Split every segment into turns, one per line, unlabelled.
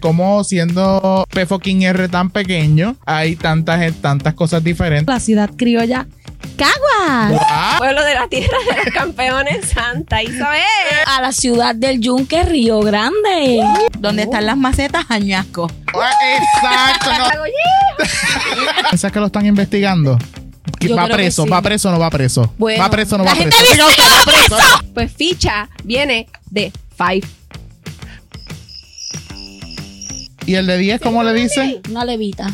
como siendo P fucking R tan pequeño, hay tantas, eh, tantas cosas diferentes.
La ciudad criolla Caguas.
¡Guau!
Pueblo de la tierra de los campeones, Santa Isabel.
A la ciudad del Yunque, Río Grande.
Donde están las macetas, añasco.
Exacto. no. ¿Pensás que lo están investigando?
Yo
va
creo que
preso,
sí.
va preso o no va preso.
Bueno,
va preso o no
la
va
gente
preso.
dice que va preso.
Pues ficha viene de Five.
¿Y el de 10 cómo le dicen?
Una levita.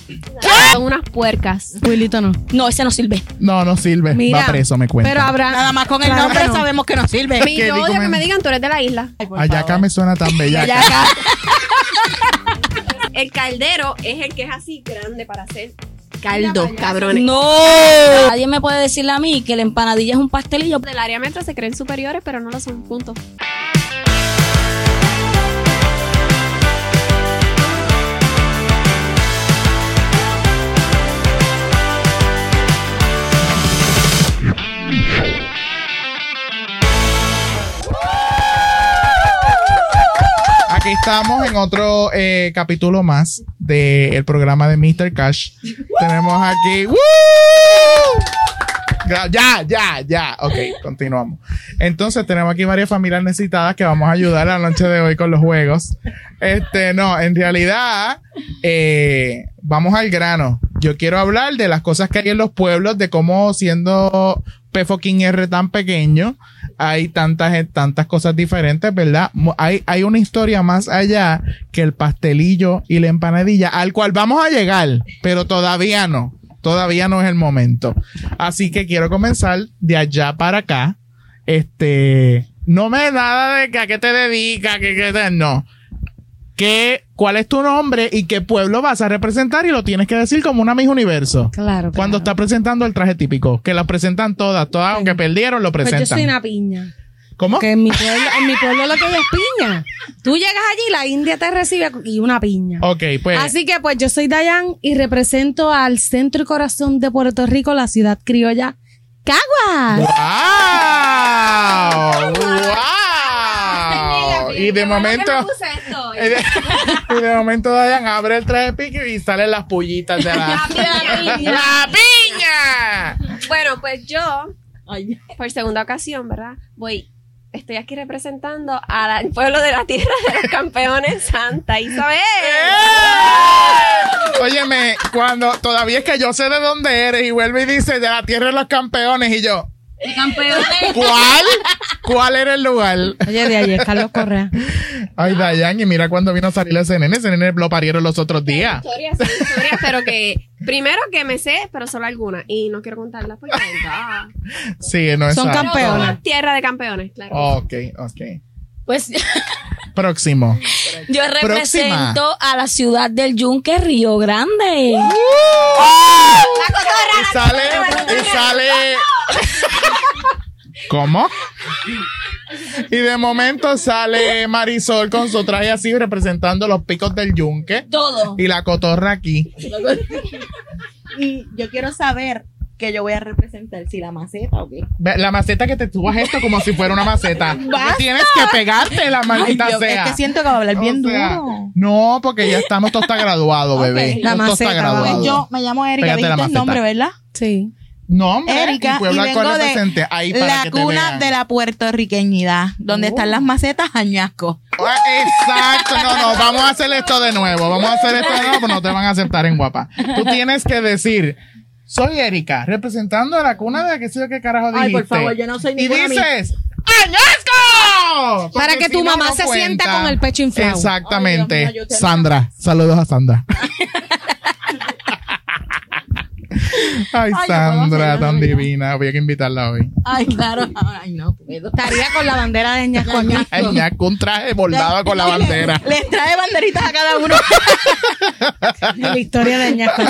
Son unas puercas.
Wilito no.
No, ese no sirve.
No, no sirve.
Mira,
va preso, me
Pero
cuenta.
habrá.
Nada más con el
Claro
nombre
que no.
sabemos que no sirve.
Mi,
¿Qué
yo
digo,
odio que
men?
me digan, tú eres de la isla.
Ay, por
Ayaca
favor.
me suena tan bellaca.
El caldero es el que es así grande para hacer caldo, cabrones.
No. Nadie me puede decirle a mí que la empanadilla es un pastelillo.
Del área metro se creen superiores, pero no lo son. Punto.
Aquí estamos en otro eh, capítulo más del programa de Mr. Cash. Tenemos aquí. ¡Woo! Gra- Ya, ya, ya. Ok, continuamos. Entonces, tenemos aquí varias familias necesitadas que vamos a ayudar a la noche de hoy con los juegos. Este, no, en realidad, eh, vamos al grano. Yo quiero hablar de las cosas que hay en los pueblos, de cómo siendo P fucking R tan pequeño, hay tantas, eh, tantas cosas diferentes, ¿verdad? Mo- Hay, hay una historia más allá que el pastelillo y la empanadilla, al cual vamos a llegar, pero todavía no. Todavía no es el momento. Así que quiero comenzar de allá para acá. Este, no me nada de que a qué te dedicas, que, que te- no. ¿Qué, ¿Cuál es tu nombre y qué pueblo vas a representar? Y lo tienes que decir como una Miss Universo.
Claro.
Cuando está presentando el traje típico, que la presentan todas, todas, aunque perdieron, lo
Pues
presentan.
yo soy una piña.
¿Cómo?
Que en mi pueblo, en mi pueblo lo que hay es piña. Tú llegas allí, la India te recibe y una piña.
Ok, pues.
Así que pues yo soy Dayan y represento al centro y corazón de Puerto Rico, la ciudad criolla Caguas.
¡Wow! ¡Wow! Y de momento. Y de, y de momento Dayan abre el traje pique y salen las pullitas de la. ¡La piña!
Bueno, pues yo, por segunda ocasión, ¿verdad? Voy, estoy aquí representando al pueblo de la tierra de los campeones, Santa Isabel.
¡Eh! Óyeme, cuando todavía es que yo sé de dónde eres y vuelve y dice de la tierra de los campeones y yo. ¿Cuál? ¿Cuál era el lugar?
Oye, de allí es Carlos Correa.
Ay, Dayan, y mira cuando vino a salir ese nene. Ese nene lo parieron los otros días.
Historias, son historias, pero que primero que me sé, pero solo algunas. Y no quiero contarlas porque ah.
Sí, no es
Son
algo.
campeonas.
tierra de campeones, claro.
Ok, ok.
Pues
Próximo.
yo represento a la ciudad del Yunque, Río Grande.
Y sale, y sale. ¿Cómo? Y de momento sale Marisol con su traje así representando los picos del yunque
Todo.
y la cotorra aquí.
Y yo quiero saber que yo voy a representar si la maceta o qué.
Ve, La maceta que te subas esto como si fuera una maceta. Tienes que pegarte la maldita
Ay, Dios,
sea.
es que siento que va a hablar
O
bien
sea,
duro.
No, porque ya estamos todos está graduado, bebé.
Ok,
la
Todos está
maceta,
graduado.
vamos.
Pues yo me llamo Erika,
Pégate la
dijiste el
maceta.
nombre, ¿verdad?
Sí.
No, hombre,
Erika,
y Puebla
y
¿cuál
vengo
represente? Ahí
de
para
la
que te
cuna
vean.
de la puertorriqueñidad, donde están las macetas, añasco.
Ah, Exacto, no, no, vamos a hacer esto de nuevo, vamos a hacer esto de nuevo, pero no te van a aceptar en guapa. Tú tienes que decir, soy Erika, representando a la cuna de que sé yo qué carajo dijiste.
Ay, por favor, yo no soy
Y
ninguna
dices, ¡Añasco!
Para
Porque
que tu
si no,
mamá
no
se
cuenta.
sienta con el pecho inflado.
Exactamente.
Ay, Dios mío, yo te-
Sandra, saludos a Sandra. Ay,
puedo
Sandra,
hacerlo,
tan
mira.
divina. Había que invitarla hoy.
Ay, claro. Ay, no puedo.
Estaría con la bandera de Ñasco.
Añasco, un traje bordado con la bandera.
Les trae banderitas a cada uno.
La historia de Ñasco.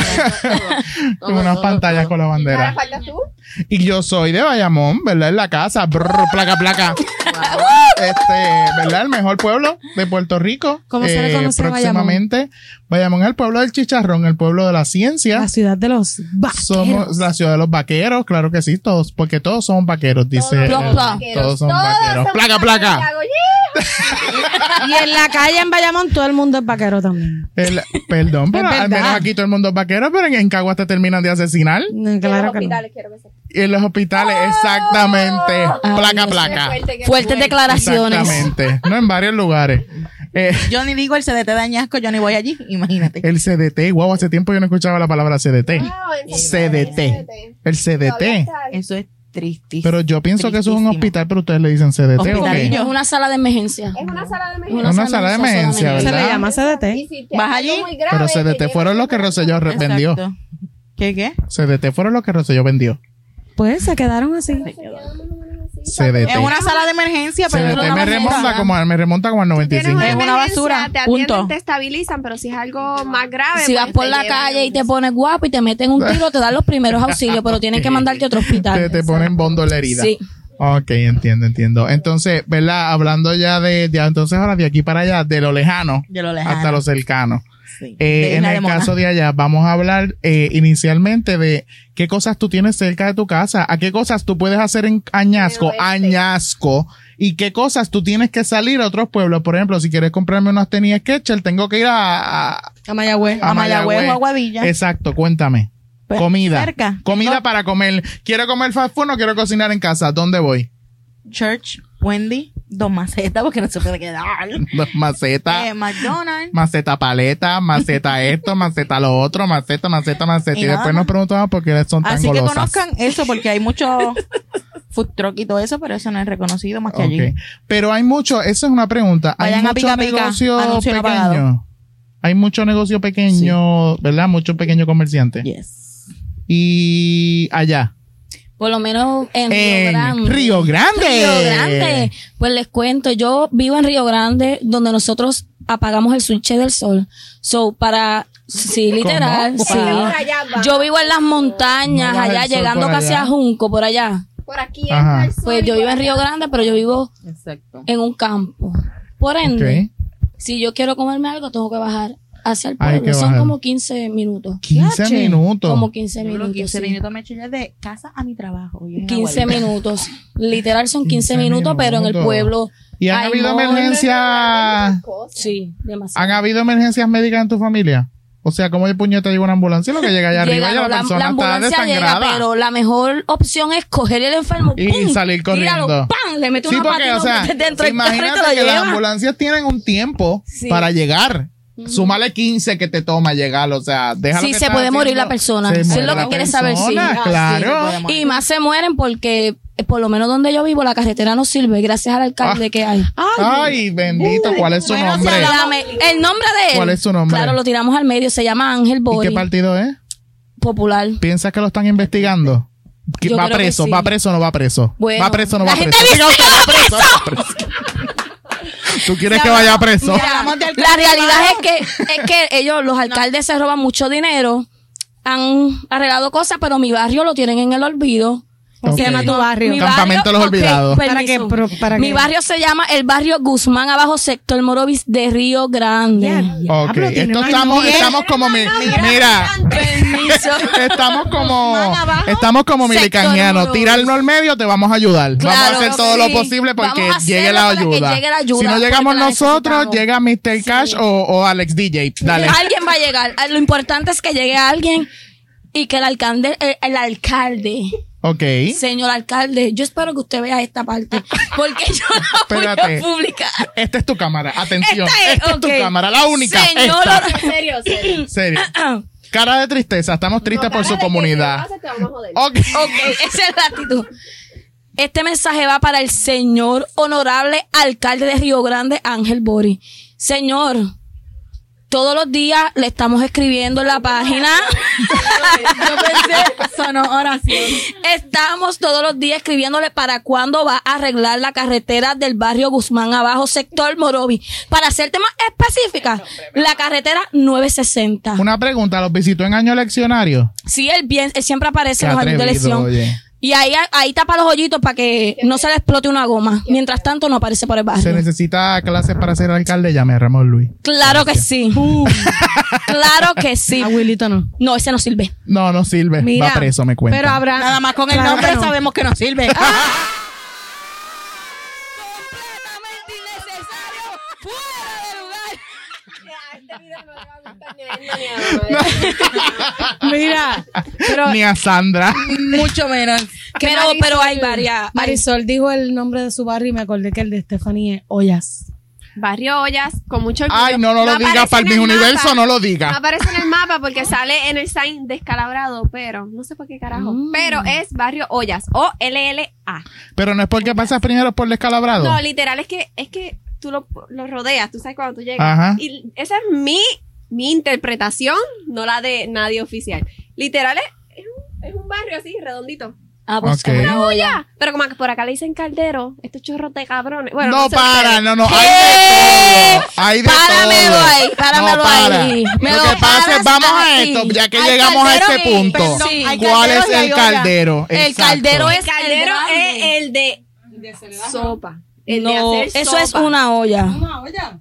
Con unas pantallas con la bandera.
falta tú?
Y yo soy de Bayamón, ¿verdad? En la casa. Brr, placa, placa. Este, ¿verdad? El mejor pueblo de Puerto Rico. Eh,
¿Cómo se le conoce a Bayamón?
próximamente. Bayamón es el pueblo del chicharrón, el pueblo de la ciencia.
La ciudad de los vaqueros.
Somos la ciudad de los vaqueros, claro que sí, todos, porque todos son vaqueros, dice.
Todos
eh,
los
Todos son vaqueros. Placa, placa.
Y en la calle en Bayamón todo el mundo es vaquero también.
El- perdón, pero al
verdad.
menos aquí todo el mundo es vaquero, pero en- en Caguas te terminan de asesinar.
No,
En
Claro
los
que no.
hospitales, quiero que se-
Y en los hospitales,
Ah.
exactamente.
Ay,
placa,
Dios.
placa.
Qué fuerte, qué
Fuertes
fuerte.
declaraciones.
Exactamente. No en varios lugares. Eh,
Yo ni digo el CDT de Añasco, yo ni voy allí, imagínate.
el CDT, wow, hace tiempo yo no escuchaba la palabra CDT.
Wow, en serio,
CDT.
CDT.
El
Ah, Todavía
CDT.
está ahí.
Eso es tristísimo.
Pero yo pienso que eso es un
Tristísimo.
hospital, pero ustedes le dicen CDT o
Hospitalillo.
qué?
Es una sala de emergencia.
Es una sala de emergencia.
Una sala de emergencia,
Se le
¿verdad?
llama CDT.
Y si te
¿Vas
hace
allí?
algo muy grave,
Pero
te
CDT
llevan
fueron
a
los que
una-
Rosselló re-
Exacto.
vendió.
¿Qué, qué?
CDT fueron los que Rosselló vendió.
Pues se quedaron así.
CDT.
En una sala de emergencia, pero
CDT
era
me
una
remonta
basura.
como al, me remonta como al
Tienes
95.
Es una
emergencia,
basura,
Te atienden,
punto.
te estabilizan, pero si es algo más grave.
Si
pues,
vas por
te
la
llevan
calle y
a
te
un-
pones guapo y te meten un tiro, te dan los primeros auxilios, pero tienen que mandarte a otro
Te,
hospital.
te ponen bondo la herida.
Sí.
Ok, entiendo, entiendo. Entonces, ¿verdad? Hablando ya de, de- entonces ahora de aquí para allá, de lo lejano,
De lo lejano.
hasta lo cercano.
Sí.
Eh, en
De Isla de
el
Mona.
caso de allá, vamos a hablar eh, inicialmente de qué cosas tú tienes cerca de tu casa, a qué cosas tú puedes hacer en Añasco,
En el oeste.
Añasco, y qué cosas tú tienes que salir a otros pueblos. Por ejemplo, si quieres comprarme unas tenis Skechers, tengo que ir a, a-
A Mayagüez.
a
A Mayagüez o a
Mayagüez.
Guadilla.
Exacto, cuéntame.
Pues,
comida.
cerca.
Comida
No.
para comer. Quiero comer fast food, no quiero cocinar en casa. ¿Dónde voy?
Church, Wendy, Don Maceta, porque no se puede quedar.
Maceta.
Eh, McDonald's.
Maceta paleta, maceta esto, maceta lo otro, maceta, maceta, maceta. Y,
Y nada
después
más.
nos preguntamos por qué son tan
Así que
golosas.
conozcan eso, porque hay mucho food truck y todo eso, pero eso no es reconocido más que
Ok.
allí.
Pero hay mucho, esa es una pregunta. Hay
Vayan a
mucho
Pica Pica,
negocio
anuncio no
pequeño.
pagado.
Hay mucho negocio pequeño, ¿verdad? Mucho pequeño comerciante.
Yes.
Y allá.
Por lo menos en Río
En
Grande.
Río Grande.
Río Grande. Pues les cuento, yo vivo en Río Grande, donde nosotros apagamos el switch del sol. So, para, sí, literal,
¿Cómo?
sí.
Por allá va.
Yo vivo en las montañas,
No baja
allá,
el sol
llegando
por
casi
allá.
a Junco, por allá.
Por aquí
Ajá.
entra el sol
Pues yo
y
vivo
por
en Río
allá-
Grande, pero yo vivo
Exacto.
en un campo. Por ende,
Ok.
si yo quiero comerme algo, tengo que bajar hacia el
Hay
pueblo.
que
Son
bajar.
como 15 minutos.
15
Yache.
minutos.
Como 15
Yo
minutos.
los 15
sí.
minutos me eché ya de casa a mi trabajo. Yo en
15
Aguadilla.
minutos. Literal son 15,
15
minutos, pero en el
minutos.
pueblo.
¿Y han
hay
habido
mall.
emergencias?
Sí, demasiado.
¿Han habido emergencias médicas en tu familia? O sea, ¿cómo de puñeta llega una ambulancia? Lo que llega allá arriba,
Llega,
ya
no,
la,
la,
persona
la
está
ambulancia llega,
desangrada.
pero la mejor opción es coger el enfermo
Y
¡pum!
salir
tíralo,
corriendo.
¡pam! Le mete
Sí,
una
porque,
patina,
o sea,
lo metes dentro del carro y te
imagínate
lo
que las
lleva.
ambulancias tienen un tiempo
Sí.
para llegar. Súmale 15 que te toma llegar, o sea, déjalo
Sí,
que
se
está
puede morir
haciendo.
la persona.
Se
Eso es
muere
lo que
la
quieres saber, sí.
persona,
Ah, sí,
Claro.
se puede
Y más se mueren porque, eh, por lo menos donde yo vivo, la carretera no sirve, gracias al alcalde
Ah.
que hay.
Ay, bendito, ¿cuál es su
Bueno,
nombre?
si hablamos-
La me- el nombre de él.
¿Cuál es su nombre?
Claro, lo tiramos al medio, se llama Ángel
¿Y
Boy,
qué partido es?
popular.
¿Piensas que lo están investigando? Que
Yo
¿Va
creo que
preso?
sí.
¿Va preso o no va preso?
Bueno,
¿Va preso o no va
la gente
preso? Señor,
dice
que va preso, no va preso. ¿Tú quieres que vaya preso?
Mira,
hablamos de alcalde
la realidad es que, es que ellos, los alcaldes, se roban mucho dinero. Han arreglado cosas, pero mi barrio lo tienen en el olvido.
¿Cómo se
Ok.
llama tu
Mi
barrio?
Campamento Los
ok,
Olvidados.
¿Para qué?
permiso.
Pro- para
mi
qué?
barrio se llama el barrio Guzmán Abajo, sector Morovis de Río Grande. Ah,
Ok, esto estamos, estamos como mi, mira,
Permiso.
estamos como, estamos como
Sector
milicangianos.
número
Tirarnos al medio, te vamos a ayudar. vamos
Claro
a hacer
que
todo
sí.
lo posible porque
Vamos a
llegue
hacerlo
la,
para que
ayuda.
llegue la ayuda,
Si no
porque
llegamos
la
nosotros,
necesitamos.
llega Mr. Cash o, o Alex DJ. Dale.
Alguien va a llegar. Ah, Lo importante es que llegue alguien y que el alcalde, eh, el- el alcalde
Ok.
Señor alcalde, yo espero que usted vea esta parte, porque yo la voy
Espérate.
a publicar.
Esta es tu cámara. Atención.
Esta
Esta
es-
es,
ok.
tu cámara. La única.
Señor,
Esta.
Serio, serio.
Serio. Cara de tristeza. Estamos tristes
No,
por
cara de
su
que
comunidad.
te vas, te vamos a joder.
Ok.
ok, esa es la actitud. Este mensaje va para el señor honorable alcalde de Río Grande, Ángel Bori. Señor, todos los días le estamos escribiendo en la página.
Yo pensé, sonó oración.
Estamos todos los días escribiéndole para cuándo va a arreglar la carretera del barrio Guzmán Abajo, sector Morovi. Para hacerte más específica, la carretera 960.
Ah.
Una pregunta. ¿Los visitó en año leccionario?
Sí, él, bien, él siempre aparece
Qué
en los años de
atrevido,
elección.
oye.
Y ahí, ahí tapa los hoyitos para que no se le explote una goma. Mientras tanto, no aparece por el
Ah,
Se
barrio.
necesita clases para ser alcalde. Llame a Ramón Luis.
Claro que sí. claro que sí.
Abuelito no.
No, ese no sirve.
No, no sirve.
Mira,
Va preso, me cuenta.
Pero habrá.
Nada más con el
Claro
nombre
que no.
Ah.
sabemos que no sirve.
Completamente innecesario.
este video no le va a gustar ni a él ni a mi mamá.
Mira, pero
Ni a Sandra.
Mucho menos.
Pero,
Marisol-
pero hay varias. hay-
Marisol dijo el nombre de su barrio y me acordé que el de Stephanie es Ollas.
Barrio Ollas, con mucho orgullo.
Ay, no, no lo digas
aparece
para el
en
Miss Universo,
mapa.
no lo
No
digas.
aparece en el mapa porque sale en el sign descalabrado, pero no sé por qué carajo.
Mm.
Pero es Barrio Ollas, O-L-L-A.
Pero no es porque pasas primero por descalabrado.
No, literal, es que, es que tú lo, lo rodeas, tú sabes cuando tú llegas.
Ajá.
Y esa es mi, mi interpretación, no la de nadie oficial. Literal, es, es un, es un barrio así, redondito.
Ah, pues,
Ok.
una olla.
Pero como que por acá le dicen caldero, estos chorros de cabrones. Bueno,
no
sé
para,
ustedes.
no, no. Hay de todo. Hay de
Páramelo
todo.
ahí, páramelo
No, para.
ahí. Me
lo
lo
que pasa es,
paras
vamos a
así.
esto, ya que
Hay
llegamos a
caldero
este
y- pues
punto.
perdón, hay
¿Cuál
caldero
es
y hay
el
olla.
caldero?
El
Exacto.
caldero es.
El caldero
grande.
es el de, sopa. El de
No,
hacer
eso es
sopa.
una olla.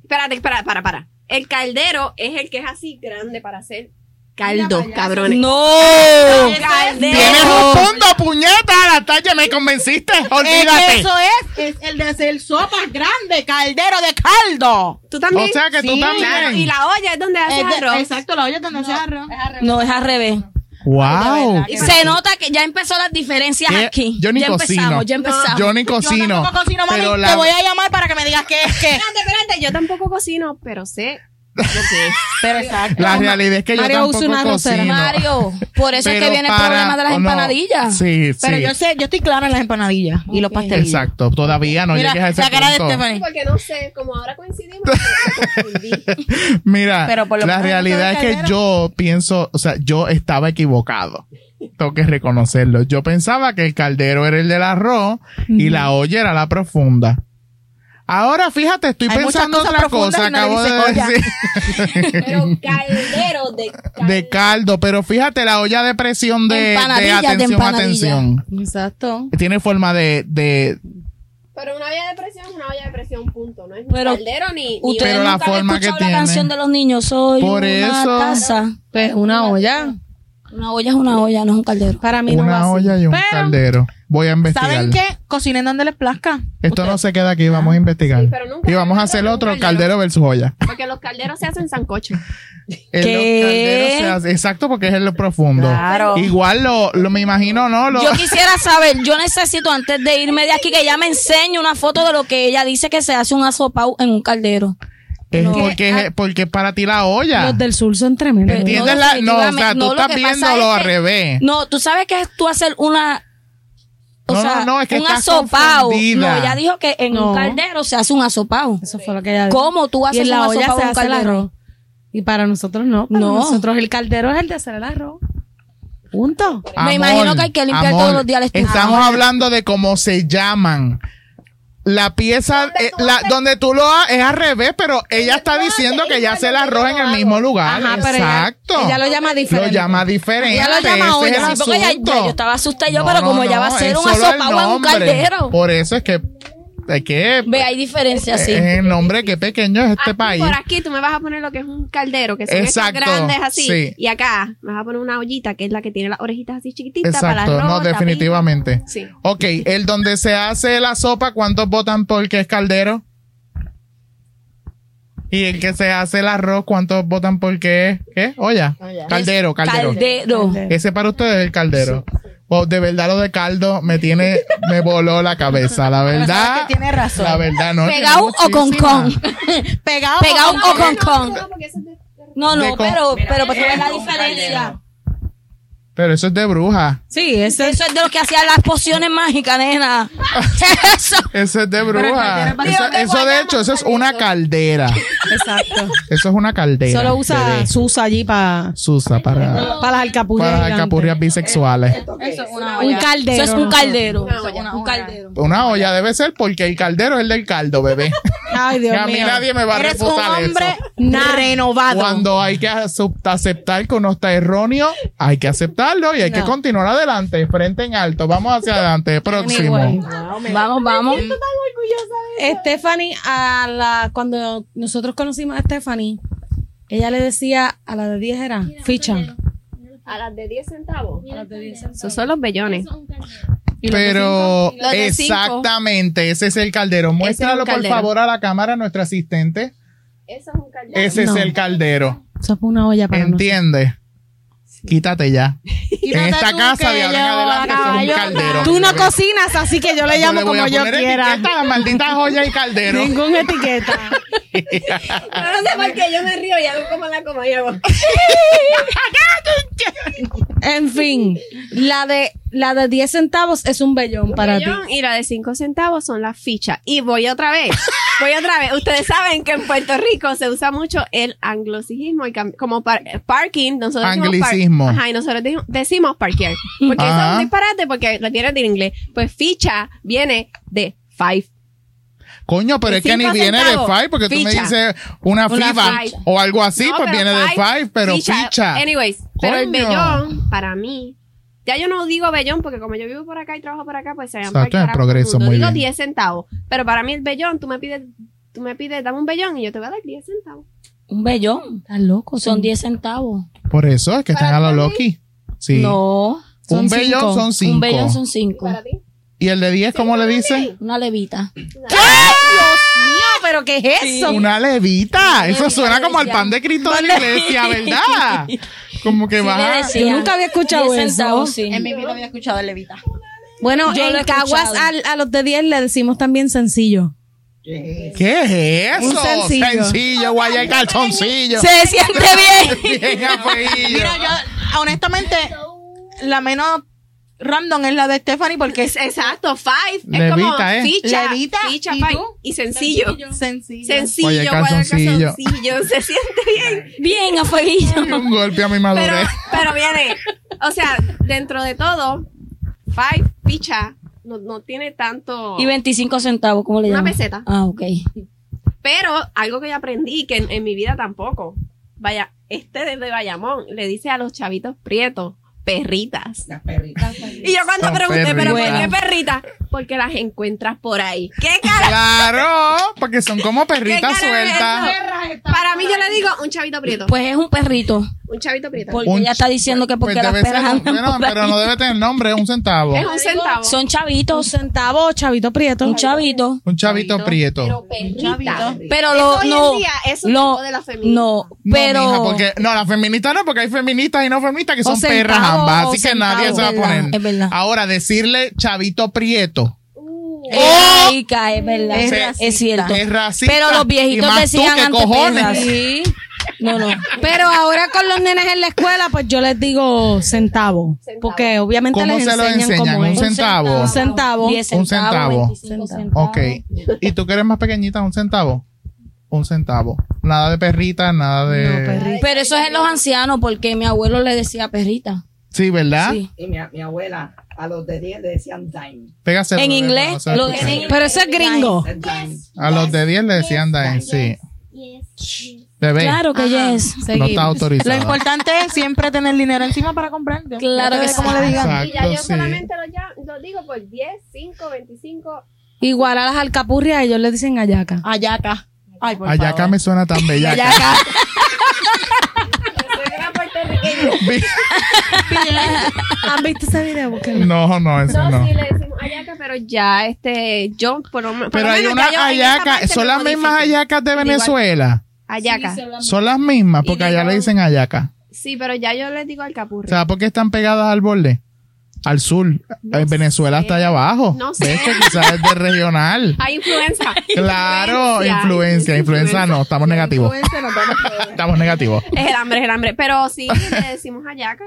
Espérate, espera, para, para. El caldero es el que es así grande para hacer caldo, cabrones.
Oh,
No.
El caldero.
Tienes un punto, puñeta, la talla, me convenciste. Olvídate.
Eso es, es el de hacer sopas grande, caldero de caldo.
Tú también.
O sea que tú también.
claro, Y la olla es donde haces
Es de-
arroz.
exacto, la olla es donde se arroz.
No, es al revés.
Wow.
Y se nota que Eh, ya empezó las diferencias
¿Qué?
aquí.
Yo ni
ya
cocino.
empezamos, ya empezamos.
Yo ni cocino.
Yo tampoco cocino, mami.
pero
Te
la-
voy a llamar para que me digas qué es qué.
Espérate, espérate, yo tampoco cocino, pero sé lo que es.
Pero exacto.
La realidad es que
Mario
yo
usa
tampoco
una
cocino.
rosera.
Mario, por eso es
Pero
que viene
para-
el problema de las
oh, no.
empanadillas.
Sí, sí.
Pero yo sé, yo estoy clara en las empanadillas y los pasteles.
Exacto. Todavía no
Mira,
llegues a ese
la cara de
punto.
Stephanie.
Porque no sé, como ahora coincidimos, me confundí.
Mira,
Pero por lo
la
menos
realidad es
no
que
caldero.
yo pienso, o sea, yo estaba equivocado. Tengo que reconocerlo. Yo pensaba que el caldero era el del arroz y la olla era la profunda. Ahora fíjate, estoy
Hay muchas
pensando
cosas
otra
profundas
cosa,
que nadie
acabo de
dice olla.
decir,
Pero caldero de caldo.
de caldo, pero fíjate la olla de presión de, de
Empanadillas, de
atención,
empanadilla.
atención.
Exacto.
Tiene forma de, de
Pero una olla de presión es una olla de presión, punto. No es ni
Pero-
caldero ni. ni
Ustedes
Pero la
nunca han
forma que
escuchado
tiene.
la canción de los niños. Soy
Por
una
eso.
taza.
Pues una olla.
Una olla es una olla, no es un caldero.
Para mí no va
una
así.
olla y un
Pero-
caldero. Voy a investigar.
¿Saben qué? Cocinen donde les plazca.
Esto no se queda aquí, vamos a investigar.
Ah, Sí, pero nunca
y vamos a
he
hacer
visto
otro
un caldero.
caldero versus olla.
Porque los calderos se hacen sancocho.
El
¿Qué?
caldero se hace- exacto, porque es en lo profundo.
Claro.
Igual lo, lo me imagino, ¿no? Lo,
Yo quisiera saber, yo necesito antes de irme de aquí que ella me enseñe una foto de lo que ella dice que se hace un asopau en un caldero.
es
no.
porque, es- porque es para ti la olla.
Los del sur son tremendos.
Pero-
¿Entiendes?
No,
la, no, o sea,
definitivamente,
tú
no, lo
estás
que pasa
viéndolo
es
al
que-
revés.
No, tú sabes que es tú hacer una o
No,
sea,
no, no, es que
un
estás
asopao.
confundida.
No, ella dijo que en
No.
un caldero se hace un asopao.
Eso fue lo que ella dijo.
¿Cómo tú
Y
haces
en
un
la olla
asopao
se
en un
hace el
caldero?
arroz. Y para nosotros no. Para
No.
nosotros el caldero es el de hacer el arroz. Punto.
Me imagino que hay que limpiar todos los días la estufa.
Estamos hablando de cómo se llaman. La pieza, eh, la- donde tú lo haces es al revés, pero ella está diciendo que ya hace el arroz en el mismo lugar.
Ajá, pero ella-
Ah, Exacto.
ella lo llama diferente.
Lo llama diferente.
Ella lo llama
ese es
olla,
el
sí, porque ella-
asunto.
ya yo estaba asustada yo,
No,
pero
no,
como ella va a
no,
hacer
es
un
solo el
asopao en un
nombre.
caldero.
Por Eh, eso es que, es que
Ve, hay diferencias, sí.
es el nombre que pequeño es este
Aquí,
país.
Por aquí tú me vas a poner lo que es un caldero, que son estos
Exacto,
grandes así.
sí.
Y acá me vas a poner una ollita, que es la que tiene las orejitas así chiquititas para la
Exacto,
ropa.
no, definitivamente.
Sí.
Ok, el donde se hace la sopa, ¿cuántos votan por que es caldero? Y el que se hace el arroz, ¿cuántos votan por que es qué? Olla.
Olla.
Caldero, caldero.
Caldero.
Ese para ustedes es el caldero. O de verdad lo de caldo me tiene, me voló la cabeza. La
Pero sabes
verdad,
que tiene razón.
la verdad no.
¿Pegado
tiene
o con
muchísima.
con?
Pegado.
Pegado
con-
o con con.
No, porque eso es de-
No,
De
no,
con-
pero, pero pues tú ves la diferencia.
Pero eso es de bruja.
Sí, ese
Eso es de lo que hacían las pociones mágicas, nena. Eso.
Eso es de
caldera
bruja.
es para-
Eso,
Dios, me
eso, de
guayama,
hecho, eso es una caldera.
Exacto.
Eso es una caldera.
Solo usa
Bebé.
Susa allí para
Susa para,
para las alcapurrias.
para
gigantes.
alcapurrias bisexuales.
Eso es una
Un
olla.
caldero.
Eso es un
nosotros.
caldero.
Una
Eso es
olla,
una-
una
Un
olla.
caldero.
Una olla debe ser porque el caldero es el del caldo, bebé.
Ay,
Que
Dios
a mí
mío.
nadie me va a
Eres un
refutar
hombre
eso.
Nah.
Ah,
renovado.
Cuando hay que asu- aceptar que uno está erróneo, hay que aceptarlo y hay que continuar adelante, frente en alto. Vamos hacia adelante, próximo.
Anyway.
Vamos, vamos.
Stephanie, a la, cuando nosotros conocimos a Stephanie, ella le decía a la de 10 era ficha.
A las de 10 centavos. A las de 10 centavos. Esos son los bellones.
Pero
Los de cinco.
exactamente, ese es el caldero.
Ese es
Muéstralo
un caldero.
por favor a la cámara, nuestra asistente.
Eso es un caldero.
Ese
No.
es el caldero.
Ah,
Eso fue una olla para nosotros.
¿Entiendes? Quítate ya. En
Quítate
esta
tú,
casa
que
de ahora en
yo
adelante
acabo-
son un caldero.
Tú no cocinas, así que yo le llamo
voy
como
a
yo
poner
quiera.
etiqueta a las malditas joyas y caldero.
Ningún etiqueta.
No, no sé por qué yo me río y hago como la coma y hago.
En fin, la de la de 10 centavos es un vellón para ti.
Millón Y la de 5 centavos son las fichas. Y voy otra vez. Voy otra vez. Ustedes saben que en Puerto Rico se usa mucho el anglosijismo y cam- como par- parking. Nosotros decimos par-
Anglicismo.
Ajá, y nosotros de- decimos parquear. Porque eso es
Ah.
Ajá.
un disparate porque lo tienen en inglés. Pues ficha viene de five.
Coño, pero
De
es que ni
cinco
viene de
centavos.
Five, porque tú me
Ficha.
dices una
Una
FIBA
five.
o algo así,
No,
pues
pero
viene de Five, pero ficha.
Anyways, pero el
Coño.
vellón, para mí, ya yo no digo vellón porque como yo vivo por acá y trabajo por acá, pues se llama
Exacto, en progreso, muy
digo
bien.
10 centavos. Pero para mí el vellón, tú me pides, tú me pides, dame un vellón y yo te voy a dar 10 centavos.
Un vellón.
Estás loco.
Son 10 centavos.
Por eso es que están a lo Loki. Sí.
No.
un
son
vellón
cinco.
son
Un
cinco.
vellón son 5.
ti?
Y el de 10, ¿cómo le dicen?
Una levita.
No, pero ¿qué es eso?
Una levita. Eso suena como al pan de Cristo de la iglesia, ¿verdad? Como que
Sí,
va.
le decían.
Yo nunca había escuchado
10
eso.
centavos, sí.
En mi vida había escuchado el levita.
Bueno,
Yo lo
en
he
Caguas
escuchado.
al- a los de 10 le decimos también sencillo.
¿Qué es
Un
eso?
sencillo.
Sencillo, guaya y calzoncillo.
Se siente bien.
Bien afeillo.
Mira, yo, honestamente, la menos random es la de Stephanie porque es
Exacto, five. es
Levita,
como
¿eh?
ficha,
Levita,
ficha,
¿y
five,
tú?
y sencillo.
sencilla.
Sencillo,
Oye,
guarda el
calzoncillo.
calzoncillo, se siente bien.
Bien, a fueguillo.
Un golpe a mi
pero,
madurez.
pero viene, o sea, dentro de todo, Five Picha no, no tiene tanto.
Y 25 centavos, ¿cómo le
Una
llaman?
peseta.
Ah, ok.
Pero algo que yo aprendí que en, en mi vida tampoco. Vaya, este desde Bayamón le dice a los chavitos prietos perritas. Y yo cuando
Son
pregunté, pero ¿por qué
perritas.
perritas? Porque las encuentras por ahí. ¿Qué cara?
Claro, porque son como perritas
¿Qué cara es
sueltas.
Para mí yo le digo un chavito prieto.
Pues es un perrito.
Un chavito prieto.
Porque
Un
ella está diciendo que porque
Pues
las
debe
perras
ser-
andan
bueno,
por ahí.
pero no debe tener nombre, es un centavo.
Es un centavo.
Son
Un
chavitos.
centavo, chavito prieto.
Un chavito.
Un chavito prieto.
pero perritas.
Chavito.
Pero
Eso
lo,
hoy
no.
en día es un
no,
tipo de la feminidad.
no,
No,
pero.
mija, porque, no, las feministas no, porque hay feministas y no feministas que son
centavo,
perras ambas,
o
así que nadie
centavo.
se va a
Es verdad,
poner.
es verdad.
Ahora, decirle chavito prieto
Eh, marica, es verdad.
Es
Es,
racista.
cierto.
es racista.
Pero los
y
viejitos
más tú,
decían
¿qué
antes perras.
cojones.
Sí. No, no.
Pero ahora con los nenes en la escuela, pues yo les digo centavo. Porque obviamente
¿Cómo
les
se lo
enseñan,
enseñan?
cómo
Un
es.
centavo.
Un centavo.
10
Un
centavos.
centavo.
25 centavos.
Ok. ¿Y tú que eres más pequeñita, un centavo? Un centavo. Nada de perrita, nada de.
No, perrito.
Pero eso es en los ancianos, porque mi abuelo le decía perrita.
Sí, ¿verdad?
Sí.
Y mi, mi abuela a los de 10 le decían dime.
Pégaselo,
En
bebé, para no
inglés,
se
lo
escuche.
dicen-
Pero eso es gringo.
El dime.
A los de 10 le decían dime, sí. Bebé,
Claro que
Ajá.
yes.
no está
Seguimos.
Lo
autorizado.
importante es siempre tener dinero encima para comprar.
Claro que sí.
como le digan.
Y ya
Exacto,
yo
sí.
solamente lo, ya- lo digo por 10, 5, 25.
Igual a las alcapurrias, ellos les dicen ayaca.
Ayaca. Ay, por
Allá acá
favor.
me suena tan bella.
Ayaca.
Yo era puertorriqueña.
¿Han visto ese video? Búsquenlo.
No, no, eso
No,
no.
sí le decimos ayaca, pero ya este, yo por lo men- por
Pero
lo menos.
hay
ya
unas
yo en esa
ayacas,
parte
son
me
las mismas
modifico.
ayacas de Venezuela.
Ayaca.
Son las mismas, porque
Y
allá
digo-
le dicen ayaca.
Sí, pero ya yo les digo al capurri.
¿Sabes por qué están pegadas al borde? Al sur. en Venezuela está allá abajo.
No sé.
¿Ves que quizás es de regional.
Hay influenza.
Claro, influencia, influenza, no, estamos negativos. Estamos negativos.
Es el hambre, es el hambre. Pero sí, le decimos ayaca.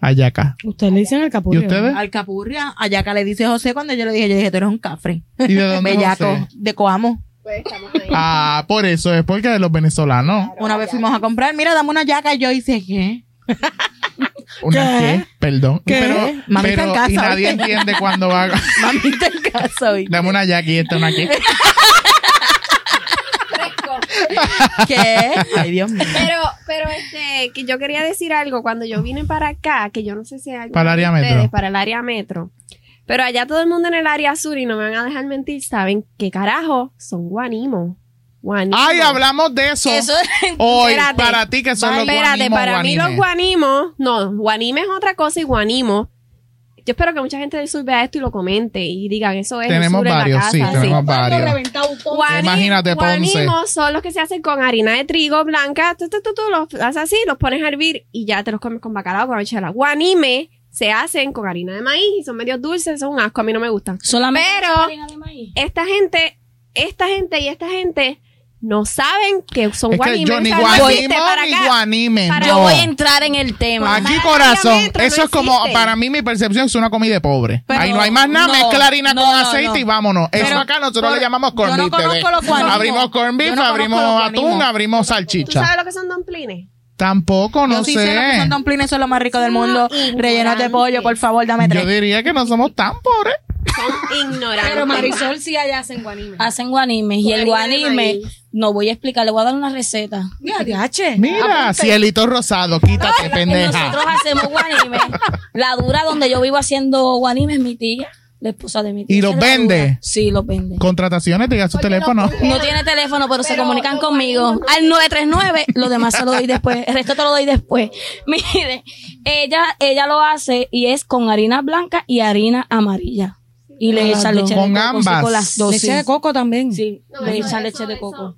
Ayaca.
Ustedes le dicen
¿Y
alcapurria.
ustedes?
Alcapurria. Ayaca le dice José cuando yo le dije, yo dije, tú eres un cafre.
¿Y de dónde
Bellaco.
José?
De Coamo.
Pues estamos ahí.
Ah, por eso es porque de los venezolanos.
Una vez fuimos a comprar, mira, dame una yaca. Y yo hice, ¿qué?
Una
¿Qué?
que, perdón.
¿Qué?
Pero,
Mami está en
pero
casa,
y nadie
¿viste?
entiende cuando va.
Mamita en casa hoy.
Dame una yaca y esta una aquí.
¿Qué? Ay, Dios mío.
Pero, pero este, que yo quería decir algo, cuando yo vine para acá, que yo no sé si hay
Para el área metro.
para el área metro. Pero allá todo el mundo en el área sur, y no me van a dejar mentir, saben que carajo son guanimos. Guanimos.
Ay, hablamos de eso.
Eso es-
Hoy,
Espérate.
para ti que son los
Espérate,
guanimos,
para mí los
guanimes.
guanimos, no, guanime es otra cosa y guanimo Yo espero que mucha gente del sur vea esto y lo comente y digan, eso es el
Tenemos
sur en
varios,
la
sí,
casa.
tenemos
Cuando
varios.
reventado todo.
Guaní-
Imagínate, Ponce.
guanimos son los que se hacen con harina de trigo blanca, tú, tú, tú, tú, los haces así, los pones a hervir y ya te los comes con bacalao, con habichuela. Guanime se hacen con harina de maíz y son medio dulces, son un asco, a mí no me gustan.
Solamente
Pero-
con harina de maíz.
Esta gente, esta gente y esta gente no saben que son
Es que
guanimes.
yo ni
o sea, no existe
guanimo
para
ni
acá.
guanime.
Para-
Yo
no.
voy a entrar en el tema.
Aquí,
Para
corazón,
diámetro,
eso
no
es como,
existe.
para mí, mi percepción es una comida de pobre.
Pero
Ahí no hay más nada,
no,
mezcla harina
no,
con
no,
aceite
no.
y vámonos. eso
Pero
acá nosotros
por-
le llamamos
yo no
corn beef,
conozco
bebé.
los guanimos.
Abrimos corn beef,
Yo no
abrimos
conozco los
atún,
guanimos.
abrimos
¿Tú
salchicha.
sabes lo que son dumplings?
Tampoco, no
Yo sí sé lo que
sé.
son dumplings, son lo más rico del mundo. Rellenos de pollo, por favor, dame
Yo
tres.
diría que no somos tan pobres.
Son ignorantes.
Pero Marisol sí allá hacen guanime.
Hacen guanimes y el
Con harina de
guanime, no voy a explicar, le voy a dar una receta.
Mira, diache.
Mira, cielito rosado, quítate, pendeja.
Nosotros hacemos guanime. La dura donde yo vivo haciendo guanime es mi tía, la esposa de mi tía.
¿Y los
Esa es la
vende?
dura. Sí, los vende.
Contrataciones, diga su teléfono.
No tiene teléfono, pero, se comunican conmigo. Al 939, lo demás se lo doy después. El resto te lo doy después. Mire, ella, ella lo hace y es con harina blanca y harina amarilla. Y
Con
le echan
las dos.
leche
Con
de coco. sí,
ambas.
Con las dos.
Leche
sí.
de coco también.
Sí,
No,
le
eso-
echan
eso-
leche de
eso-
coco.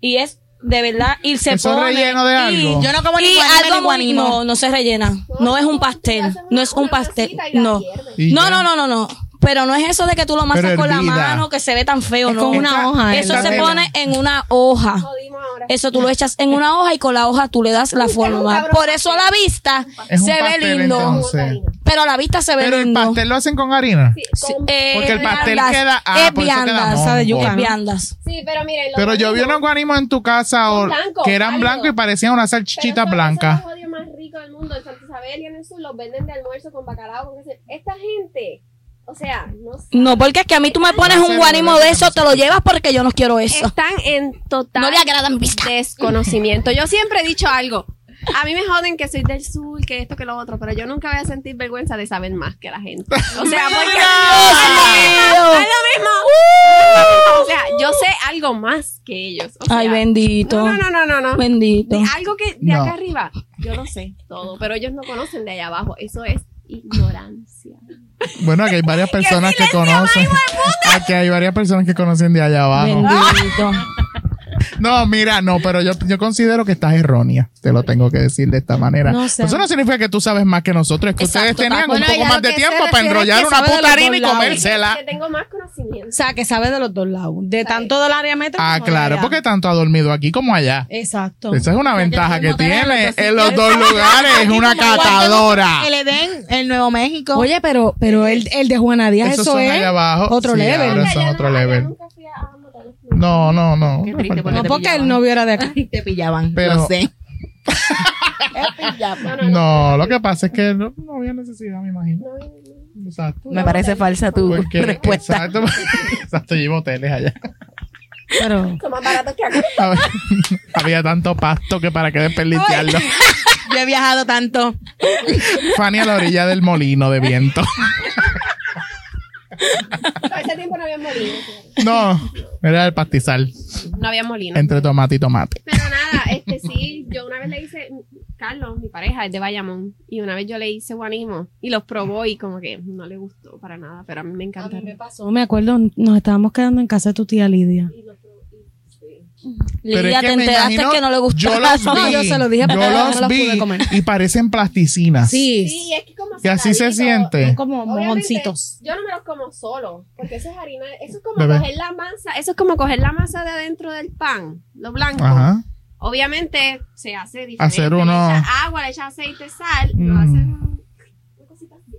Y es de verdad, y se
Eso es
pone.
relleno de
y-
algo.
Yo no como ni
y
guanime ni
algo muy-
guanimo.
no, no se rellena. No es un pastel. No es un pastel. No.
Y
No,
ya.
no, no, no, no. Pero no es eso de que tú lo
Pero
masas con la
hervida.
mano, que se ve tan feo,
Es
no.
con una
Esta-
hoja.
Eso
esta
se
tela.
pone en una hoja. Eso tú lo echas en una hoja y con la hoja tú le das la forma. Por eso a la vista
Es un
se ve
pastel,
lindo.
entonces.
Pero a la vista se ve
Pero el
lindo.
pastel lo hacen con harina.
Sí, eh,
Porque el pastel
viandas.
queda- ah,
es
por eso queda
viandas.
mongo.
¿sabe?
Yuca,
Es
¿no?
viandas.
Sí, pero miren. los
Pero yo vi
guanimos-
unos guanimos en tu casa o-
Blanco,
que eran
pálido.
blancos y parecían una salchichita
Pero son-
blanca.
Son los odios más ricos del mundo. En Santa Isabel y en el sur los venden de almuerzo con bacalao. Con ese. Esta gente, o sea, no sé.
No, porque es que a mí tú me pones un guanimo de eso, te lo llevas porque yo no quiero eso.
Están en total
No le agrada mi vista.
desconocimiento. Yo siempre he dicho algo. A mí me joden que soy del sur, que esto, que lo otro, pero yo nunca voy a sentir vergüenza de saber más que la gente. O sea, porque es lo mismo. Es lo mismo. O sea, yo sé algo más que ellos. O sea,
Ay, bendito.
No, no, no, no, no.
Bendito.
De algo que de
No.
acá arriba, yo lo sé todo, pero ellos no conocen de allá abajo. Eso es ignorancia.
Bueno, aquí hay varias personas que conocen. Aquí hay varias personas que conocen de allá abajo.
Bendito.
No, mira, no, pero yo, yo considero que estás errónea. Te lo tengo que decir de esta manera.
No sé.
Eso no significa que tú sabes más que nosotros. Es que ustedes
Exacto,
tenían
Paco.
un
Bueno,
poco
ella
más
lo
de
que
tiempo
se
para
refiere es que
enrollar una
sabe de los
puta harina y
dos lados.
comérsela.
Que tengo más
O
conocimiento.
sea, que sabe de los dos lados. De tanto del área metro.
Ah,
como de
claro,
allá.
porque tanto ha dormido aquí como allá.
Exacto.
Esa es una
Yo
ventaja que
tengo
tiene.
tres
En los dos lugares es una catadora.
El Edén, el Nuevo México.
Oye, pero, pero el, el de Juana Díaz,
Esos
eso
son
es
allá abajo.
otro
Sí,
level.
ahora son
Allá
otro
no- allá
level.
nunca fui a- a Matamoros.
No, no, no.
Qué triste, porque
No,
te
porque
pillaban.
el novio era de acá.
te pillaban,
Pero-
lo sé. te pillaban.
No, no, no.
No, lo que pasa es que no, no había necesidad, me imagino. Exacto.
Me parece falsa tu
Porque-
respuesta.
Exacto, exacto, yo iba a hoteles allá.
Pero
Son más baratos que acá.
Había- Había tanto pasto que para qué desperdiciarlo.
Yo he viajado tanto.
Fanny a la orilla del molino de viento.
Para ese tiempo no había molinos.
No, era el pastizal
No había molinos.
entre tomate y tomate.
Pero nada, este sí, yo una vez le hice, Carlos, mi pareja, es de Bayamón, y una vez yo le hice guanimo y los probó y como que no le gustó para nada, pero a mí me
a mí
encantaron.
me pasó, Ah, me acuerdo, nos estábamos quedando en casa de tu tía Lidia.
Pero es
Lidia,
que
te
me
enteraste
imagino-
que no le gustó.
Yo los vi.
No, yo se lo dije,
yo
pero no
los
los
vi
pude comer.
y parecen plasticinas.
Sí,
Sí, es que como
Y así se
saladito,
siente.
como
Obviamente,
mojoncitos.
Yo no me los como solo, porque eso es harina, eso es como
Bebé.
coger la masa, eso es como coger la masa de adentro del pan, lo blanco.
Ajá.
Obviamente se hace diferente.
Hacer
le
uno-
echas agua, le echas aceite, sal, lo
Mm.
haces un- una cosita así.